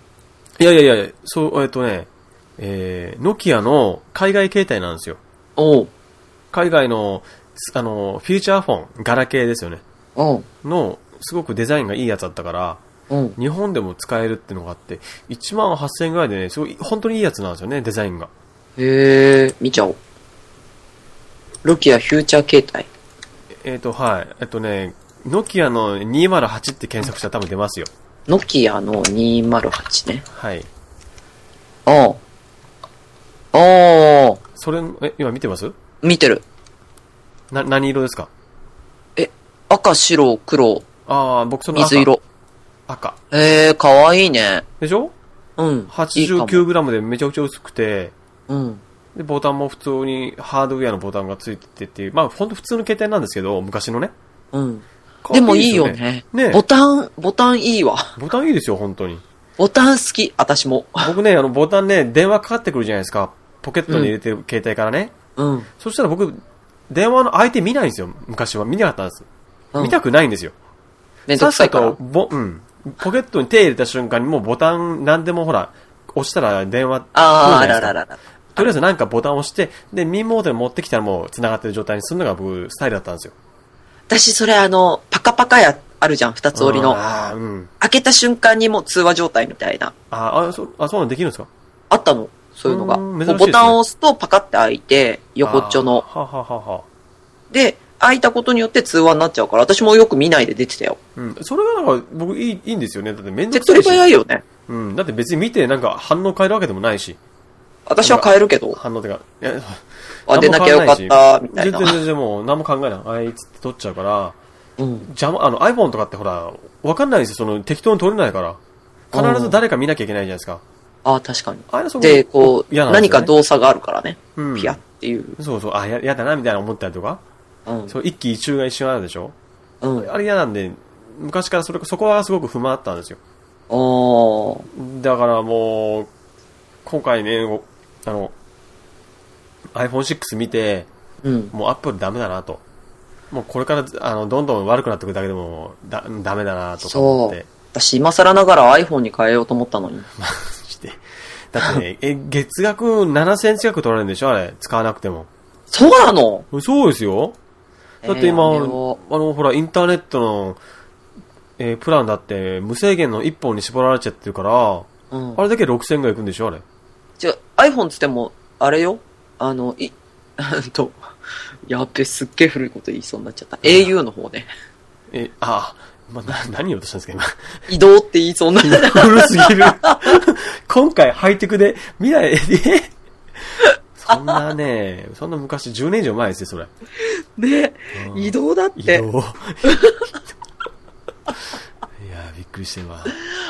Speaker 1: いやいやいや、そう、えっとね、えー、ノキアの海外携帯なんですよ。
Speaker 2: おう。
Speaker 1: 海外の、すあの、フューチャーフォン、ガラケーですよね。
Speaker 2: うん。
Speaker 1: の、すごくデザインがいいやつだったから、
Speaker 2: うん。
Speaker 1: 日本でも使えるってのがあって、1万8000円ぐらいでね、すごい、本当にいいやつなんですよね、デザインが。
Speaker 2: へえ、見ちゃおう。ロキアフューチャー携帯。
Speaker 1: えっ、と、はい。えっとね、ノキアの208って検索したら多分出ますよ。
Speaker 2: ノキアの208ね。
Speaker 1: はい。
Speaker 2: うん。おー。
Speaker 1: それ、え、今見てます
Speaker 2: 見てる。
Speaker 1: な、何色ですか
Speaker 2: え、赤、白、黒、
Speaker 1: ああ、僕その赤。
Speaker 2: 水色。
Speaker 1: 赤。
Speaker 2: へえ、かわいいね。
Speaker 1: でしょ
Speaker 2: うん。いいかも
Speaker 1: ?89g でめちゃくちゃ薄くて、
Speaker 2: うん。
Speaker 1: で、ボタンも普通にハードウェアのボタンがついててっていう、まあ、ほんと普通の携帯なんですけど、昔のね。
Speaker 2: うん。
Speaker 1: かっ
Speaker 2: でも
Speaker 1: こ
Speaker 2: いい
Speaker 1: です
Speaker 2: よね。
Speaker 1: ね
Speaker 2: ボタン、ボタンいいわ。
Speaker 1: ボタンいいですよ、本当に。
Speaker 2: ボタン好き、私も。
Speaker 1: 僕ね、あの、ボタンね、電話かかってくるじゃないですか。ポケットに入れてる携帯からね。
Speaker 2: うん。
Speaker 1: そしたら僕、電話の相手見ないんですよ、昔は。見なかったんです。
Speaker 2: うん
Speaker 1: 見たくないんですよ。
Speaker 2: めんど
Speaker 1: さっ
Speaker 2: くさ
Speaker 1: さ
Speaker 2: いから
Speaker 1: と。ボ、うん。ポケットに手入れた瞬間にもうボタン何でもほら、押したら電話来るじ
Speaker 2: あー、
Speaker 1: ゃな
Speaker 2: あ
Speaker 1: いです
Speaker 2: ら
Speaker 1: か。
Speaker 2: ららら。
Speaker 1: とりあえずなんかボタンを押して、で、ミンモードに持ってきたらもう繋がってる状態にするのが僕、スタイルだったんですよ。
Speaker 2: 私、それあの、パカパカや、あるじゃん、二つ折りの。
Speaker 1: あーうん。
Speaker 2: 開けた瞬間にもう通話状態みたいな。
Speaker 1: あーあ、そう、あ、そうなんできるんですか
Speaker 2: あったの。そういうのが。
Speaker 1: うーん珍
Speaker 2: こ
Speaker 1: し
Speaker 2: う
Speaker 1: いですね
Speaker 2: ボタンを押すとパカって開いて、横っちょの。
Speaker 1: あーはははは。
Speaker 2: で、開いたことによって通話になっちゃうから、私もよく見ないで出てたよ。
Speaker 1: うん。それがなんか、僕いい、いいんですよね。だってめんど
Speaker 2: 手っ
Speaker 1: くさ
Speaker 2: 取
Speaker 1: い
Speaker 2: り早
Speaker 1: し。
Speaker 2: いよね。
Speaker 1: うん。だって別に見てなんか反応変えるわけでもないし。
Speaker 2: 私は変えるけど、
Speaker 1: 反応ってか、いや、
Speaker 2: あ、出なきゃよかった、みたい
Speaker 1: 全
Speaker 2: な
Speaker 1: 然。全然もう何も考えない。あいつって取っちゃうから、
Speaker 2: うん。
Speaker 1: 邪魔、あの iPhone とかってほら、わかんないんですよ。その適当に取れないから。必ず誰か見なきゃいけないじゃないですか。
Speaker 2: あ、確かに。
Speaker 1: あれそ
Speaker 2: で、こう、
Speaker 1: 嫌なんです
Speaker 2: 何
Speaker 1: よね
Speaker 2: か動作があるからね。
Speaker 1: うん
Speaker 2: ピアっていう。
Speaker 1: そうそう、あ、ややだなみたいな思ったりとか。
Speaker 2: うん。
Speaker 1: そう、一喜一憂が一瞬あるでしょ
Speaker 2: うん。
Speaker 1: あれ嫌なんで、昔からそれ、そこはすごく不満あったんですよ。
Speaker 2: おー。
Speaker 1: だからもう、今回ね、こあの、iPhone6 見て、
Speaker 2: うん。
Speaker 1: もう Apple ダメだなと。もうこれから、あの、どんどん悪くなってくるだけでも、だ、ダメだなとか思っ
Speaker 2: そ
Speaker 1: て
Speaker 2: う。。私、今更ながら iPhone に変えようと思ったのに。
Speaker 1: して。だってね、え、 月額7000円近く取られるんでしょあれ、使わなくても。
Speaker 2: そうなの
Speaker 1: そうですよ。だって今、
Speaker 2: えーあれを
Speaker 1: あの、ほら、インターネットの、えープランだって、無制限の1本に絞られちゃってるから、
Speaker 2: うん
Speaker 1: あ。れだけ6000円がいくんでしょあれ。
Speaker 2: 違う、iPhone つっても、あれよあの、い、 あんと、やっべ、すっげえ古いこと言いそうになっちゃった。au の方ね。
Speaker 1: え、あ、まあ、な、何言おうとしたんですか、今。
Speaker 2: 移動って言いそうになっ
Speaker 1: 古すぎる。今回、ハイテクで、未来、え そんなね、そんな昔、10年以上前ですよ、それ。
Speaker 2: ね
Speaker 1: うん
Speaker 2: 移動だっ
Speaker 1: 移
Speaker 2: て。
Speaker 1: 動。い やー、びっくりしてるわ。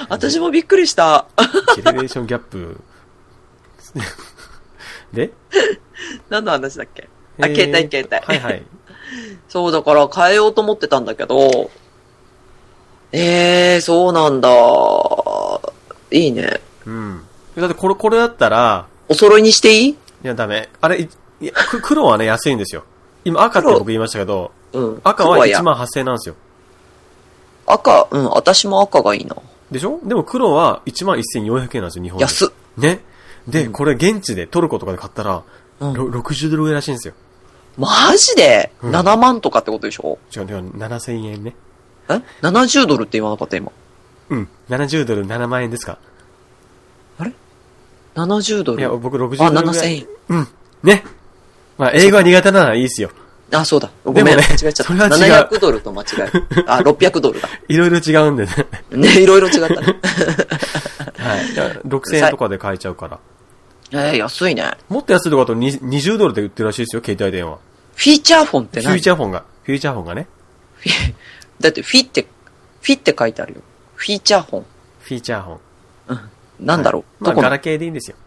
Speaker 2: 私もびっくりした。
Speaker 1: ジェネレーションギャップ。 で
Speaker 2: 何の話だっけあ、携帯携帯。
Speaker 1: はいはい。
Speaker 2: そう、だから変えようと思ってたんだけど、えー、そうなんだ。いいね。
Speaker 1: うん。だってこれ、これだったら、
Speaker 2: お揃いにしていい
Speaker 1: いや、ダメ。あれ、いいやく黒はね、安いんですよ。今、赤って
Speaker 2: 黒
Speaker 1: 僕言いましたけど、
Speaker 2: うん。
Speaker 1: 赤は
Speaker 2: 黒や
Speaker 1: 1万8000円なんですよ。
Speaker 2: 赤、うん、私も赤がいいな。
Speaker 1: でしょでも黒は1万1400円なんですよ、日本で。
Speaker 2: 安っ。
Speaker 1: ね。で、これ現地でトルコとかで買ったら、
Speaker 2: うん
Speaker 1: ろ60ドルぐらいらしいんですよ。
Speaker 2: マジで、
Speaker 1: うん
Speaker 2: ?7 万とかってことでしょ
Speaker 1: 違う違う、7000円ね。
Speaker 2: え ?70 ドルって言わなかった今。
Speaker 1: うん。70ドル7万円ですか。
Speaker 2: 70ド
Speaker 1: い
Speaker 2: ル。
Speaker 1: や、
Speaker 2: あ、
Speaker 1: 僕60ドルぐらい。
Speaker 2: 7000円。
Speaker 1: うん。ね。まあ、英語は苦手ならいいですよ。
Speaker 2: あ、そうだ。ご
Speaker 1: で
Speaker 2: めん、
Speaker 1: もね
Speaker 2: 間違えちゃった。
Speaker 1: それは違う
Speaker 2: 700ドルと間違える。あ、600ドルだ。
Speaker 1: いろいろ違うん でね。
Speaker 2: ね、いろいろ違ったね。
Speaker 1: はい。6000円とかで買えちゃうから。
Speaker 2: えー、安いね。
Speaker 1: もっと安いとこだとに20ドルで売ってるらしいですよ、携帯電話。
Speaker 2: フィーチャーフォンって
Speaker 1: フュ
Speaker 2: 何
Speaker 1: ーチャーフォンが、フューチャーフォンがね、
Speaker 2: だってフィって、フィって書いてあるよ。フィーチャーフォン。
Speaker 1: フィーチャーフォン。
Speaker 2: なんだろう、
Speaker 1: まあ、
Speaker 2: どこ
Speaker 1: ガ
Speaker 2: の
Speaker 1: ラケーでいいんですよ。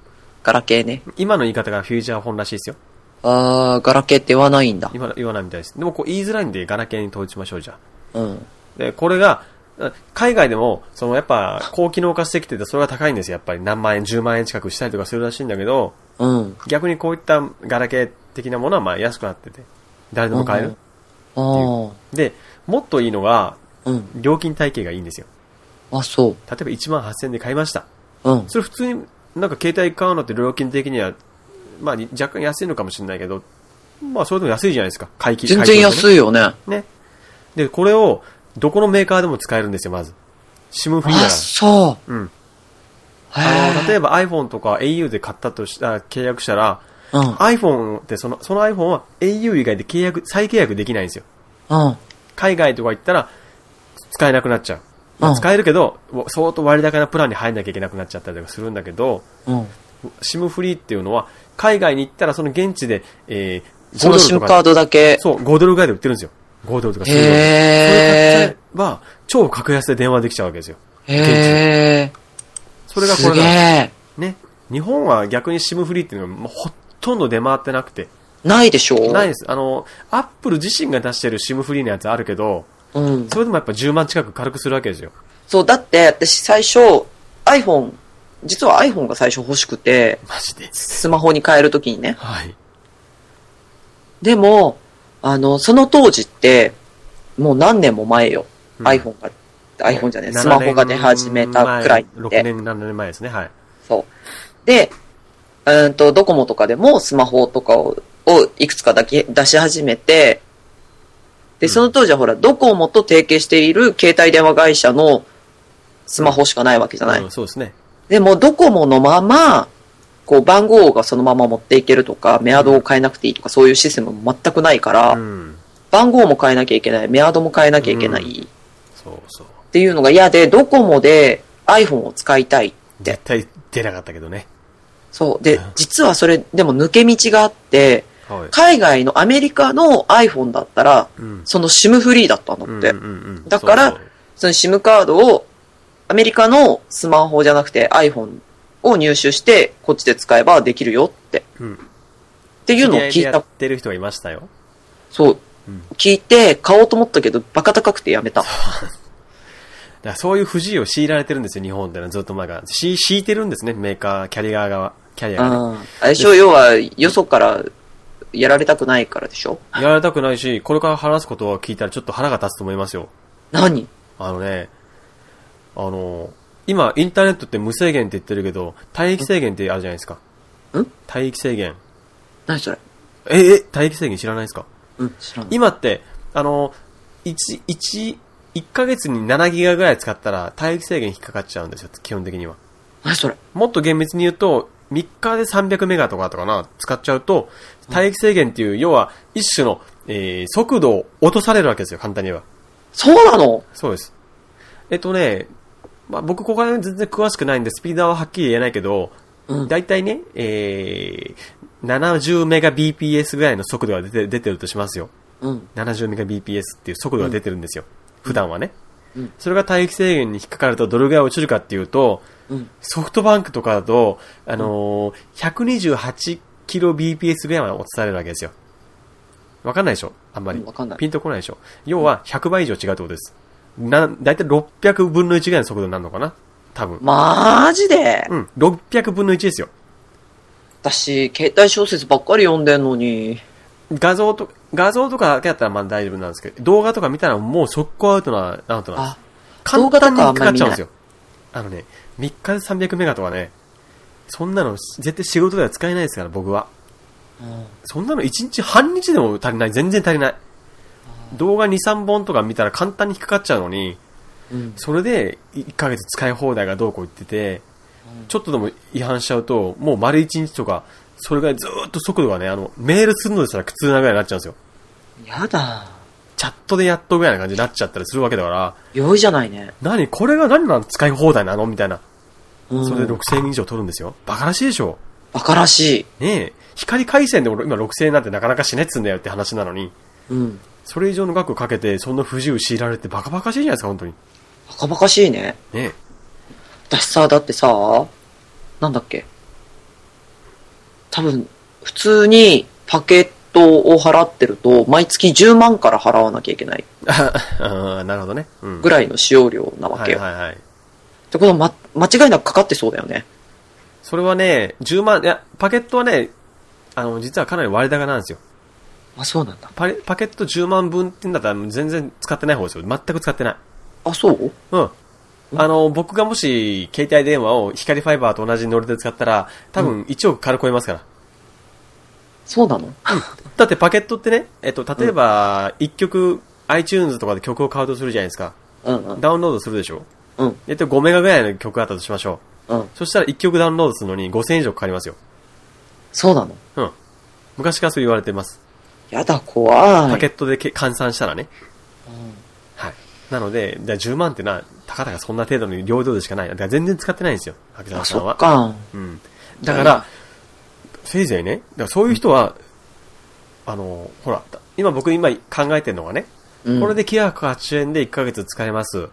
Speaker 2: ガラケーね。
Speaker 1: 今の言い方がフューチャーフォンらしいですよ。
Speaker 2: あー、ガラケーって言わないんだ。
Speaker 1: 今の言わないみたいです。でもこう言いづらいんで、ガラケーに統一しましょう、じゃあ。
Speaker 2: うん。
Speaker 1: で、これが、あ海外でも、そのやっぱ、高機能化してきてて、それが高いんですよ。やっぱり何万円、10万円近くしたりとかするらしいんだけど、
Speaker 2: うん。
Speaker 1: 逆にこういったガラケー的なものはまあ安くなってて、誰でも買える。
Speaker 2: あー。
Speaker 1: で、もっといいのが、
Speaker 2: うん。
Speaker 1: 料金体系がいいんですよ。
Speaker 2: あ、そ
Speaker 1: 例えば1万8000円で買いました。
Speaker 2: う。うん。
Speaker 1: それ普通に、なんか携帯買うのって料金的には、まあに若干安いのかもしれないけど、まあそれでも安いじゃないですか。買い切
Speaker 2: 全然
Speaker 1: い。
Speaker 2: 安いよね。
Speaker 1: ね。で、これを、どこのメーカーでも使えるんですよ、まず。シムフリーだか
Speaker 2: あ、そう。
Speaker 1: ら。うん。
Speaker 2: へ
Speaker 1: あの、例
Speaker 2: え
Speaker 1: えば iPhone とか au で買ったとしたら、契約したら、
Speaker 2: ば、
Speaker 1: iPhone ってその、その iPhone は au 以外で契約、再契約できないんですよ。
Speaker 2: うん。うん。
Speaker 1: 海外とか行ったら、使えなくなっちゃう。ま
Speaker 2: う
Speaker 1: あ、
Speaker 2: ん
Speaker 1: 使えるけど、相当割高なプランに入んなきゃいけなくなっちゃったりとかするんだけど、
Speaker 2: うん。
Speaker 1: シムフリーっていうのは、海外に行ったらその現地で、えー、
Speaker 2: そのシムカードだけ。
Speaker 1: そう、5ドルぐらいで売ってるんですよ。5ドルとか10ドル。それ買っちゃ
Speaker 2: へ
Speaker 1: えば、超格安で電話できちゃうわけですよ。
Speaker 2: ー。へー。
Speaker 1: それがこ
Speaker 2: す
Speaker 1: れ
Speaker 2: げ
Speaker 1: だ。
Speaker 2: え。
Speaker 1: ね。日本は逆にシムフリーっていうのがもうほとんど出回ってなくて。
Speaker 2: ないでしょ
Speaker 1: ないです。あの、アップル自身が出してるシムフリーのやつあるけど、
Speaker 2: うん。
Speaker 1: それでもやっぱ10万近く軽くするわけですよ。
Speaker 2: そう、だって私最初 iPhone、実は iPhone が最初欲しくて、
Speaker 1: マジで。
Speaker 2: スマホに変えるときにね。
Speaker 1: はい。
Speaker 2: でも、あの、その当時って、もう何年も前よ。
Speaker 1: うん
Speaker 2: iPhone が、iPhone じゃねえ、スマホが出始めたくらい
Speaker 1: 6
Speaker 2: で。
Speaker 1: 年、7年前ですね。はい。
Speaker 2: そう。で、うーんと、ドコモとかでもスマホとかを、をいくつかだけ出し始めて、
Speaker 1: う
Speaker 2: で、
Speaker 1: ん
Speaker 2: その当時はほら、ドコモと提携している携帯電話会社のスマホしかないわけじゃない。
Speaker 1: うんそうですね。
Speaker 2: でも、ドコモのまま、こう、番号がそのまま持っていけるとか、メアドを変えなくていいとか、そういうシステムも全くないから、
Speaker 1: うん。
Speaker 2: 番号も変えなきゃいけない、メアドも変えなきゃいけない、
Speaker 1: う
Speaker 2: っ
Speaker 1: そうそう。
Speaker 2: ていうのが嫌で、ドコモで iPhone を使いたい。で
Speaker 1: 絶対出なかったけどね。
Speaker 2: そう。
Speaker 1: う
Speaker 2: で
Speaker 1: ん、
Speaker 2: 実はそれ、でも抜け道があって、
Speaker 1: はい。
Speaker 2: 海外のアメリカの iPhone だったら、
Speaker 1: うん。
Speaker 2: その SIM フリーだったんだ
Speaker 1: うん
Speaker 2: って。
Speaker 1: うんうん
Speaker 2: だから
Speaker 1: そう
Speaker 2: その SIM カードを、アメリカのスマホじゃなくて iPhone を入手して、こっちで使えばできるよって。
Speaker 1: そううん。
Speaker 2: っていうのを聞い
Speaker 1: 知り合でや
Speaker 2: た
Speaker 1: っ。てる人がいましたよ。
Speaker 2: そう
Speaker 1: うん。
Speaker 2: 聞いて、買おうと思ったけど、バカ高くてやめた。
Speaker 1: だからそういう不自由を強いられてるんですよ、日本ってのはずっと前から。し敷いてるんですね、メーカー、キャリア側。キャリアがね。
Speaker 2: あれでしょ、要は、よそからやられたくないからでしょ
Speaker 1: やられたくないし、これから話すことを聞いたらちょっと腹が立つと思いますよ。
Speaker 2: 何
Speaker 1: あのね、あの、今、インターネットって無制限って言ってるけど、帯域制限ってあるじゃないですか。
Speaker 2: ん
Speaker 1: 帯域制限。
Speaker 2: 何それ
Speaker 1: え、え、帯域制限知らないですか
Speaker 2: うん、知らん。
Speaker 1: 今って、あの、一一一ヶ月に7ギガぐらい使ったら、帯域制限引っかかっちゃうんですよ、基本的には。
Speaker 2: 何それ
Speaker 1: もっと厳密に言うと、3日で300メガとかだったかな、使っちゃうと、帯域制限っていう、要は、一種の、えー、速度を落とされるわけですよ、簡単には。
Speaker 2: そうなの
Speaker 1: そうです。えっとね、まあ、僕ここら辺全然詳しくないんで、スピーダーははっきり言えないけど、
Speaker 2: うん
Speaker 1: だいたいね、えー、70メガ BPS ぐらいの速度が出て出てるとしますよ。
Speaker 2: うん。
Speaker 1: 70メガ BPS っていう速度が出てるんですよ。普段はね。
Speaker 2: うん
Speaker 1: それが帯域制限に引っかかるとどれぐらい落ちるかっていうと、
Speaker 2: うん。
Speaker 1: ソフトバンクとかだと、あのー、128キロ BPS ぐらいまで落とされるわけですよ。わかんないでしょあんまり。
Speaker 2: うんわかんない
Speaker 1: ピンとこないでしょ要は100倍以上違うってことです。な、だいたい600分の1ぐらいの速度になるのかな多分。
Speaker 2: マジで、
Speaker 1: うん。600分の1ですよ。
Speaker 2: 私、携帯小説ばっかり読んでんのに。
Speaker 1: 画像と、画像とかだけだったらまだ大丈夫なんですけど、動画とか見たらもう速攻アウトな、アウトなんです
Speaker 2: あ、
Speaker 1: 簡単に引っかかっちゃうんですよ
Speaker 2: 動。
Speaker 1: あのね、3日で300メガとかね、そんなの絶対仕事では使えないですから、僕は。
Speaker 2: うん
Speaker 1: そんなの1日半日でも足りない。全然足りない。動画2、3本とか見たら簡単に引っかかっちゃうのに、
Speaker 2: うん。
Speaker 1: それで1ヶ月使い放題がどうこう言ってて、ちょっとでも違反しちゃうと、もう丸1日とか、それぐらいずーっと速度がね、あの、メールするのですら苦痛なぐらいになっちゃうんですよ。
Speaker 2: やだ。
Speaker 1: チャットでやっとぐらいな感じになっちゃったりするわけだから、
Speaker 2: 容易じゃないね。
Speaker 1: 何これが何なん使い放題なのみたいな。
Speaker 2: うん、
Speaker 1: それで6000円以上取るんですよ。バカらしいでしょ
Speaker 2: バカらしい。
Speaker 1: ねえ、光回線で俺今6000円なんてなかなかしねっつうんだよって話なのに、
Speaker 2: うん。
Speaker 1: それ以上の額かけて、そんな不自由強いられてバカバカしいじゃないですか、本当に。
Speaker 2: バカバカしいね。
Speaker 1: ね
Speaker 2: 私さ、だってさ、なんだっけ。多分、普通にパケットを払ってると、毎月10万から払わなきゃいけない
Speaker 1: え。 ああー、なるほどね。うん。
Speaker 2: ぐらいの使用量なわ
Speaker 1: は
Speaker 2: け
Speaker 1: い
Speaker 2: よ。
Speaker 1: はいはい。
Speaker 2: ってことは、ま、間違いなくかかってそうだよね。
Speaker 1: それはね、10万、いや、パケットはね、あの、実はかなり割高なんですよ。
Speaker 2: あ、そうなんだ。
Speaker 1: パレパケット10万分ってんだったら全然使ってない方ですよ。全く使ってない。
Speaker 2: あ、そう
Speaker 1: うん。あの、僕がもし、携帯電話を光ファイバーと同じノリで使ったら、多分1億軽く超えますから。
Speaker 2: そうなの
Speaker 1: だってパケットってね、えっと、例えば、1曲、iTunes とかで曲を買うとするじゃないですか。
Speaker 2: うんうん。
Speaker 1: ダウンロードするでしょ
Speaker 2: うん
Speaker 1: えっと、5メガぐらいの曲あったとしましょ
Speaker 2: うん
Speaker 1: う。。そしたら1曲ダウンロードするのに5000円以上かかりますよ。
Speaker 2: そうなの。
Speaker 1: うん。昔からそう言われてます。
Speaker 2: やだ、怖い。
Speaker 1: パケットでけ換算したらね。はい。なので、だから10万ってのは、たかたかそんな程度の領土でしかない。だから全然使ってないんですよ。秋沢
Speaker 2: あ、
Speaker 1: さん
Speaker 2: そ
Speaker 1: は
Speaker 2: っ。か。
Speaker 1: うん。だから、せいぜいね、だからそういう人は、あの、ほら、今僕今考えてるのがね、
Speaker 2: うん
Speaker 1: これで980円で1ヶ月使えます。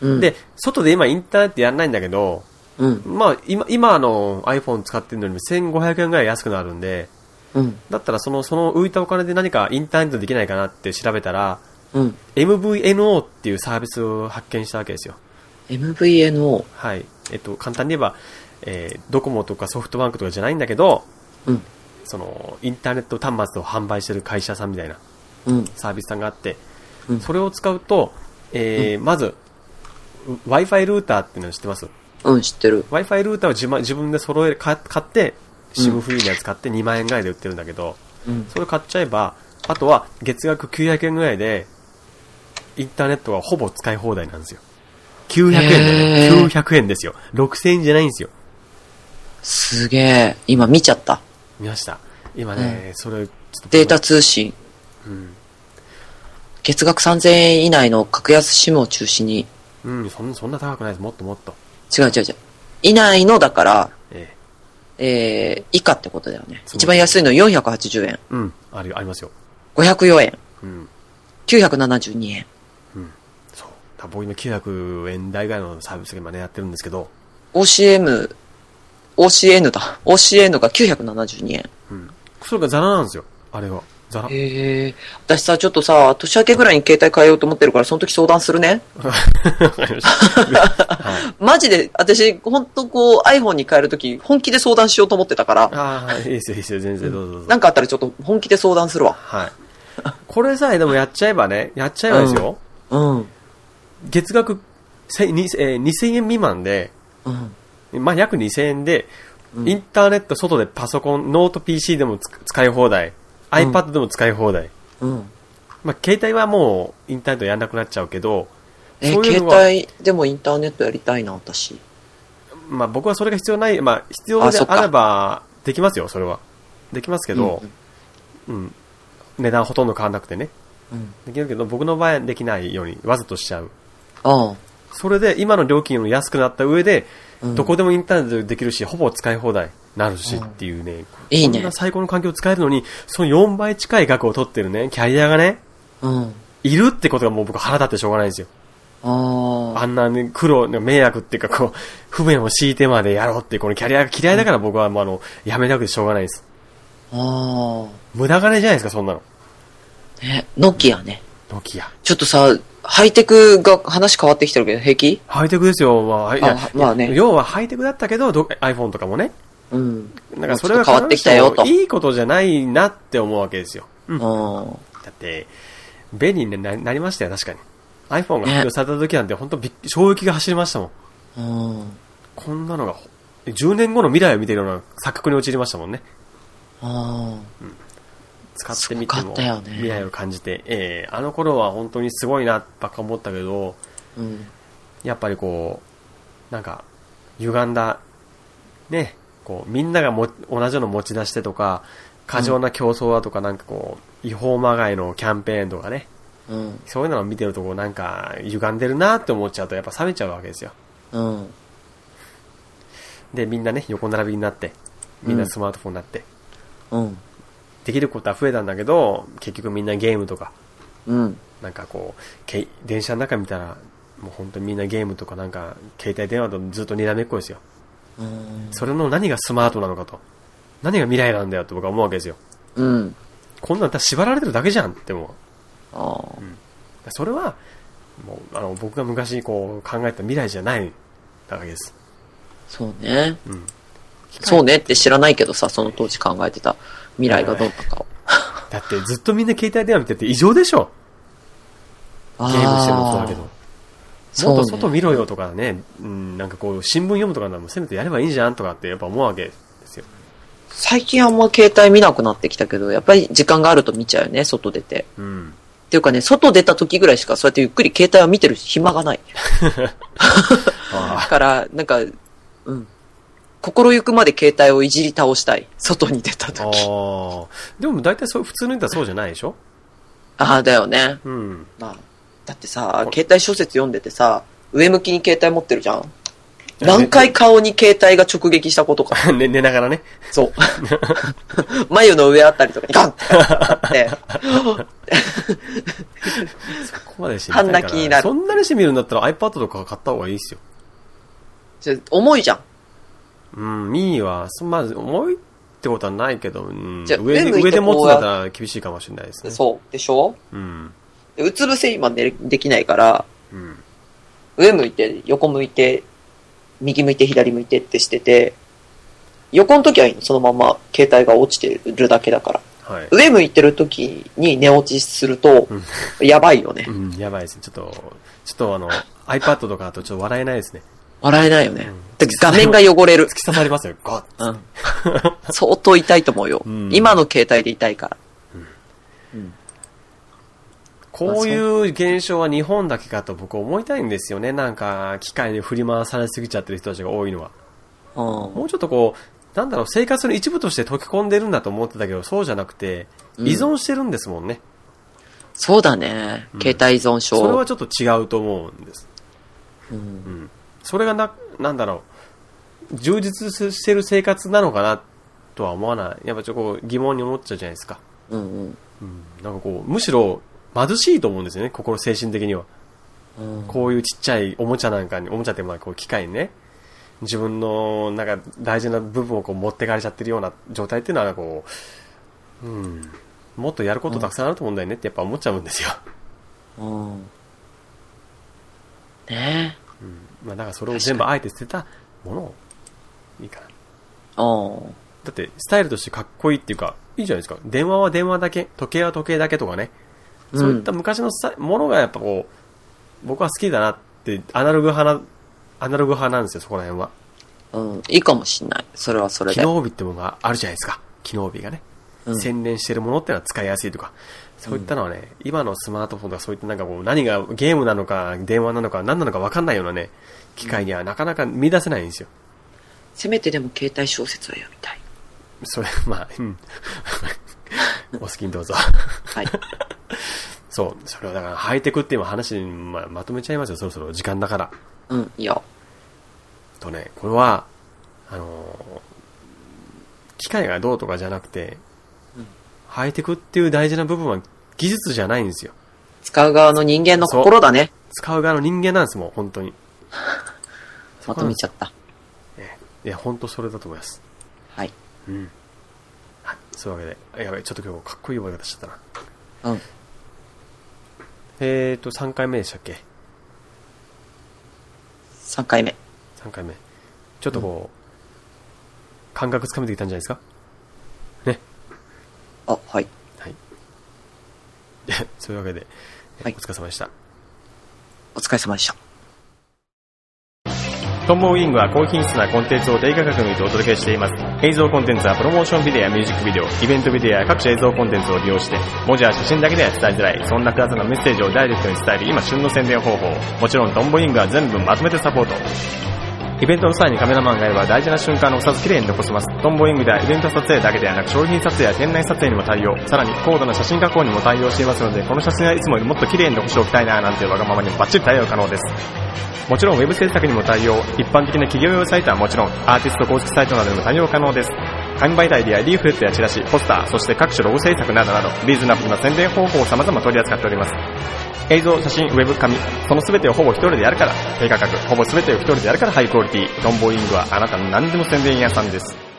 Speaker 2: うん、
Speaker 1: で、外で今インターネットやんないんだけど、
Speaker 2: うん、
Speaker 1: まあ今、今あの iPhone 使ってるのに1500円ぐらい安くなるんで、
Speaker 2: うん、
Speaker 1: だったらその、その浮いたお金で何かインターネットできないかなって調べたら、
Speaker 2: うん。
Speaker 1: MVNO っていうサービスを発見したわけですよ。
Speaker 2: MVNO。
Speaker 1: はい。えっと、簡単に言えば、えードコモとかソフトバンクとかじゃないんだけど、
Speaker 2: うん、
Speaker 1: その、インターネット端末を販売してる会社さんみたいな
Speaker 2: うん、
Speaker 1: サービスさんがあって、
Speaker 2: うん
Speaker 1: それを使うと、えーまず、う Wi-Fi ルーターっていうの知ってます
Speaker 2: うん、知ってる。
Speaker 1: ?Wi-Fi ルーターを自ま自分で揃える、か買って、シムフリーのやつ買って2万円ぐらいで売ってるんだけど、
Speaker 2: うん。
Speaker 1: それ買っちゃえば、あとは月額900円ぐらいで、インターネットはほぼ使い放題なんですよ。900円だ
Speaker 2: へ
Speaker 1: よ
Speaker 2: ー
Speaker 1: ね。900円ですよ。6000円じゃないんですよ。
Speaker 2: すげえ。今見ちゃった。
Speaker 1: 見ました。今ね、それ、ちょっと。
Speaker 2: データ通信。
Speaker 1: うん。
Speaker 2: 月額3000円以内の格安 SIM を中心に。
Speaker 1: うん、そんそんな高くないです。もっともっと。
Speaker 2: 違う違う違う。以内の、だから、
Speaker 1: え
Speaker 2: えー、以下ってことだよね。
Speaker 1: そう
Speaker 2: 一番安いの480円。
Speaker 1: えうん。ある、ありますよ。
Speaker 2: 504円。
Speaker 1: うん。
Speaker 2: 972円。
Speaker 1: そう。だから僕今900円台ぐらいのサービスが今ね、やってるんですけど、
Speaker 2: OCM、OCN だ。OCN が972円。
Speaker 1: うん。それがザラなんですよ。あれは。ザラ。
Speaker 2: へえ。私さ、ちょっとさ、年明けぐらいに携帯変えようと思ってるから、その時相談するね。
Speaker 1: わかりました。はい。
Speaker 2: マジで、私、ほんとこう、iPhone に変える時、本気で相談しようと思ってたから、
Speaker 1: ああ、いいですよ、いいですよ。全然どうぞどうぞ。
Speaker 2: なんかあったらちょっと本気で相談するわ。
Speaker 1: はい。これさえでもやっちゃえばね、やっちゃえばですよ。
Speaker 2: うん。
Speaker 1: 月額せにえー2000円未満で、
Speaker 2: うん。
Speaker 1: まあ、約2000円で、
Speaker 2: うん
Speaker 1: インターネット外でパソコン、ノート PC でもつ使い放題、iPad でも使い放題。
Speaker 2: うん。
Speaker 1: まあ、携帯はもうインターネットやんなくなっちゃうけど、
Speaker 2: え
Speaker 1: そういう
Speaker 2: 携
Speaker 1: のは、
Speaker 2: 帯でもインターネットやりたいな、私。
Speaker 1: まあ、僕はそれが必要ない、まあ、必要で
Speaker 2: あそっか
Speaker 1: あれば、できますよ、それは。できますけど、うん、値段ほとんど変わらなくてね。
Speaker 2: うん。
Speaker 1: できるけど、僕の場合はできないように、わざとしちゃう。
Speaker 2: ああ。
Speaker 1: それで今の料金も安くなった上で、
Speaker 2: うん
Speaker 1: どこでもインターネットでできるし、ほぼ使い放題なるしっていうね、
Speaker 2: いい
Speaker 1: こん
Speaker 2: ね
Speaker 1: な。最高の環境を使えるのに、その4倍近い額を取ってるね、キャリアがね、
Speaker 2: うん。
Speaker 1: いるってことがもう僕腹立ってしょうがないんですよ。
Speaker 2: あ
Speaker 1: あ
Speaker 2: あ。
Speaker 1: んなね、苦労、迷惑っていうかこう、不便を強いてまでやろうっていうこのキャリアが嫌いだから僕はもうあの、やめたくてしょうがないです。
Speaker 2: あ
Speaker 1: 無駄金じゃないですか、そんなの。
Speaker 2: あ。ね、ノキアね。
Speaker 1: ノキア。
Speaker 2: ちょっとさ、ハイテクが話変わってきてるけど、平気
Speaker 1: ハイテクですよ、まあはい、いや
Speaker 2: あまあね
Speaker 1: 要はハイテクだったけど、ど iPhone とかもね。
Speaker 2: うん。
Speaker 1: だからそれは
Speaker 2: 変わってきたよ、と。
Speaker 1: いいことじゃないなって思うわけですよ。うん。だ
Speaker 2: うん。
Speaker 1: って、便利にななりましたよ、確かに。iPhone が発表された時なんて、本当びっ衝撃が走りましたもん。
Speaker 2: うん。
Speaker 1: こんなのが、ほ10年後の未来を見てるような錯覚に陥りましたもんね。
Speaker 2: あ
Speaker 1: 使ってみて
Speaker 2: すごか
Speaker 1: も、
Speaker 2: ったよね
Speaker 1: 未来を感じて、えーあの頃は本当にすごいな、ばっか思ったけど、
Speaker 2: あ。うん。
Speaker 1: やっぱりこう、なんか、歪んだ、ね、こう、みんながも、同じような持ち出してとか、過剰な競争だとか、なんかこう、違法まがいのキャンペーンとかね、
Speaker 2: うん。
Speaker 1: そういうのを見てるとこう、なんか、歪んでるなって思っちゃうと、やっぱ冷めちゃうわけですよ。
Speaker 2: うん。
Speaker 1: で、みんなね、横並びになって、みんなスマートフォンになって。
Speaker 2: うん。
Speaker 1: できることは増えたんだけど、結局みんなゲームとか、
Speaker 2: うん。
Speaker 1: なんかこう、け電車の中見たら、もう本当にみんなゲームとかなんか、携帯電話とずっとにらめっこですよ。
Speaker 2: うん。
Speaker 1: それの何がスマートなのかと。何が未来なんだよって僕は思うわけですよ。
Speaker 2: うん。
Speaker 1: こんなんただ縛られてるだけじゃんって思う。
Speaker 2: ああ。
Speaker 1: それは、もう、あの、僕が昔こう考えた未来じゃないわけです。
Speaker 2: そうね。
Speaker 1: うん。
Speaker 2: そうねって知らないけどさ、その当時考えてた未来がどうなのかを。
Speaker 1: だってずっとみんな携帯電話見てて異常でしょ
Speaker 2: ゲ
Speaker 1: ゲームしてるのそうだけど。もっと外
Speaker 2: ね、
Speaker 1: 見ろよとかね、うん、なんかこう、新聞読むとかならもうせめてやればいいじゃんとかってやっぱ思うわけですよ。
Speaker 2: 最近あんま携帯見なくなってきたけど、やっぱり時間があると見ちゃうよね、外出て。
Speaker 1: うん。
Speaker 2: っていうかね、外出た時ぐらいしかそうやってゆっくり携帯は見てる暇がない。だ
Speaker 1: あ
Speaker 2: から、なんか、うん。心ゆくまで携帯をいじり倒したい。外に出た
Speaker 1: あ。あ
Speaker 2: 時。
Speaker 1: あ。でも大体そう、普通の人はそうじゃないでしょ
Speaker 2: ああ、だよね。
Speaker 1: うん。
Speaker 2: まあ、だってさ、携帯小説読んでてさ、上向きに携帯持ってるじゃん。何回顔に携帯が直撃したことか。
Speaker 1: 寝、寝ながらね。
Speaker 2: そう。 眉の上あたりとかにガンって当たって、
Speaker 1: ここまでしてみたいから
Speaker 2: 半泣きになる
Speaker 1: そんなにして見るんだったら iPad とか買った方がいいですよ。
Speaker 2: ちょ重いじゃん。
Speaker 1: うん、ミーは、そまず、重いってことはないけど、うん、
Speaker 2: じゃあ
Speaker 1: 上で、
Speaker 2: 上向
Speaker 1: 上
Speaker 2: いて
Speaker 1: で持
Speaker 2: こ
Speaker 1: つ
Speaker 2: うんや
Speaker 1: だっ
Speaker 2: っ
Speaker 1: たら厳しいかもしれないですね。
Speaker 2: そう。でしょ
Speaker 1: う。うん。
Speaker 2: でうつ伏せ今でできないから、
Speaker 1: うん。
Speaker 2: 上向いて、横向いて、右向いて、左向いてってしてて、横の時はいいのそのまま携帯が落ちてるだけだから。
Speaker 1: はい。
Speaker 2: 上向いてる時に寝落ちすると
Speaker 1: うん、
Speaker 2: やばいよね
Speaker 1: う。ん、やばいですね。ちょっと、ちょっとあの、iPad とかだとちょっと笑えないですね。
Speaker 2: 笑えないよね
Speaker 1: うん。
Speaker 2: で画面が汚れる
Speaker 1: 突。き刺さりますよ、ゴッ
Speaker 2: うん、相当痛いと思うよ、
Speaker 1: うん
Speaker 2: 今の携帯で痛いから。
Speaker 1: こういう現象は日本だけかと僕思いたいんですよね。なんか、機械に振り回されすぎちゃってる人たちが多いのは。
Speaker 2: うん
Speaker 1: もうちょっとこう、なんだろう、生活の一部として溶け込んでるんだと思ってたけど、そうじゃなくて、
Speaker 2: うん
Speaker 1: 依存してるんですもんね。
Speaker 2: そうだね、
Speaker 1: うん
Speaker 2: 携帯依存症。
Speaker 1: それはちょっと違うと思うんです。
Speaker 2: うん
Speaker 1: うん。それがな、なんだろう、充実してる生活なのかなとは思わない。やっぱちょっとこう疑問に思っちゃうじゃないですか。
Speaker 2: うん
Speaker 1: うん。なんかこう、むしろ貧しいと思うんですよね、心精神的には。
Speaker 2: うんうん
Speaker 1: こういうちっちゃいおもちゃなんかに、おもちゃってまあこう機械にね、自分のなんか大事な部分をこう持ってかれちゃってるような状態っていうのはこう、うん、もっとやることたくさんあると思うんだよねってやっぱ思っちゃうんですよ。
Speaker 2: うんねえ。
Speaker 1: まあだからそれを全部あえて捨てたものを、いいかな。
Speaker 2: うん
Speaker 1: だってスタイルとしてかっこいいっていうか、いいじゃないですか。電話は電話だけ、時計は時計だけとかね。そういった昔のスタものがやっぱこう、僕は好きだなって、アナログ派な、アナログ派なんですよ、そこら辺は。
Speaker 2: うん、いいかもしんない。それはそれ
Speaker 1: 機
Speaker 2: で。
Speaker 1: 能美ってものがあるじゃないですか。機能美がね。
Speaker 2: うん
Speaker 1: 洗練してるものってのは使いやすいとか。そういったのはね、今のスマートフォンとかそういったなんかこう、何がゲームなのか、電話なのか、何なのか分かんないようなね、機械にはなかなか見出せないんですよ。
Speaker 2: せめてでも携帯小説は読みたい。
Speaker 1: それ、まあ、 うん。お好きにどうぞ。
Speaker 2: はい。
Speaker 1: そう。それをだから、ハイテクって今話に、まあ、まとめちゃいますよ、そろそろ。時間だから。
Speaker 2: うん、いいよ。
Speaker 1: とね、これは、あのー機械がどうとかじゃなくて、ハイテクっていう大事な部分は技術じゃないんですよ。
Speaker 2: 使う側の人間の心だね。
Speaker 1: 使う側の人間なんですもん、本当に。
Speaker 2: まとめちゃった。
Speaker 1: いや、本当それだと思います。
Speaker 2: はい。
Speaker 1: うん。はい、そういうわけで、やべえ、ちょっと今日かっこいい終わり方しちゃったな。
Speaker 2: うん。
Speaker 1: えーと、3回目でしたっけ
Speaker 2: 3回目。
Speaker 1: ?3 回目。ちょっとこう、感覚つかめてきたんじゃないですか
Speaker 2: あ、はい。
Speaker 1: はい。そういうわけで、え
Speaker 2: はい
Speaker 1: お疲れ様でした。
Speaker 2: お疲れ様でした。
Speaker 1: トンボウイングは高品質なコンテンツを低価格にてお届けしています。映像コンテンツはプロモーションビデオやミュージックビデオ、イベントビデオや各種映像コンテンツを利用して、文字や写真だけでは伝えづらい、そんな複雑なメッセージをダイレクトに伝える今旬の宣伝方法。もちろんトンボウイングは全部まとめてサポート。イベントの際にカメラマンがいれば大事な瞬間のお札きれいに残せます。トンボウイングではイベント撮影だけではなく商品撮影や店内撮影にも対応。さらに高度な写真加工にも対応していますので、この写真はいつもよりもっと綺麗に残しておきたいななんていうわがままにもバッチリ対応可能です。もちろんウェブ制作にも対応、一般的な企業用サイトはもちろん、アーティスト公式サイトなどにも対応可能です。
Speaker 5: 販売台でやリーフレットやチラシ、ポスター、そして各種ロゴ制作などなど、リーズナブルな宣伝方法を様々取り扱っております。映像、写真、ウェブ、紙、その全てをほぼ一人でやるから、低価格、ほぼ全てを一人でやるからハイクオリティ、ロンボーイングはあなたの何でも宣伝屋さんです。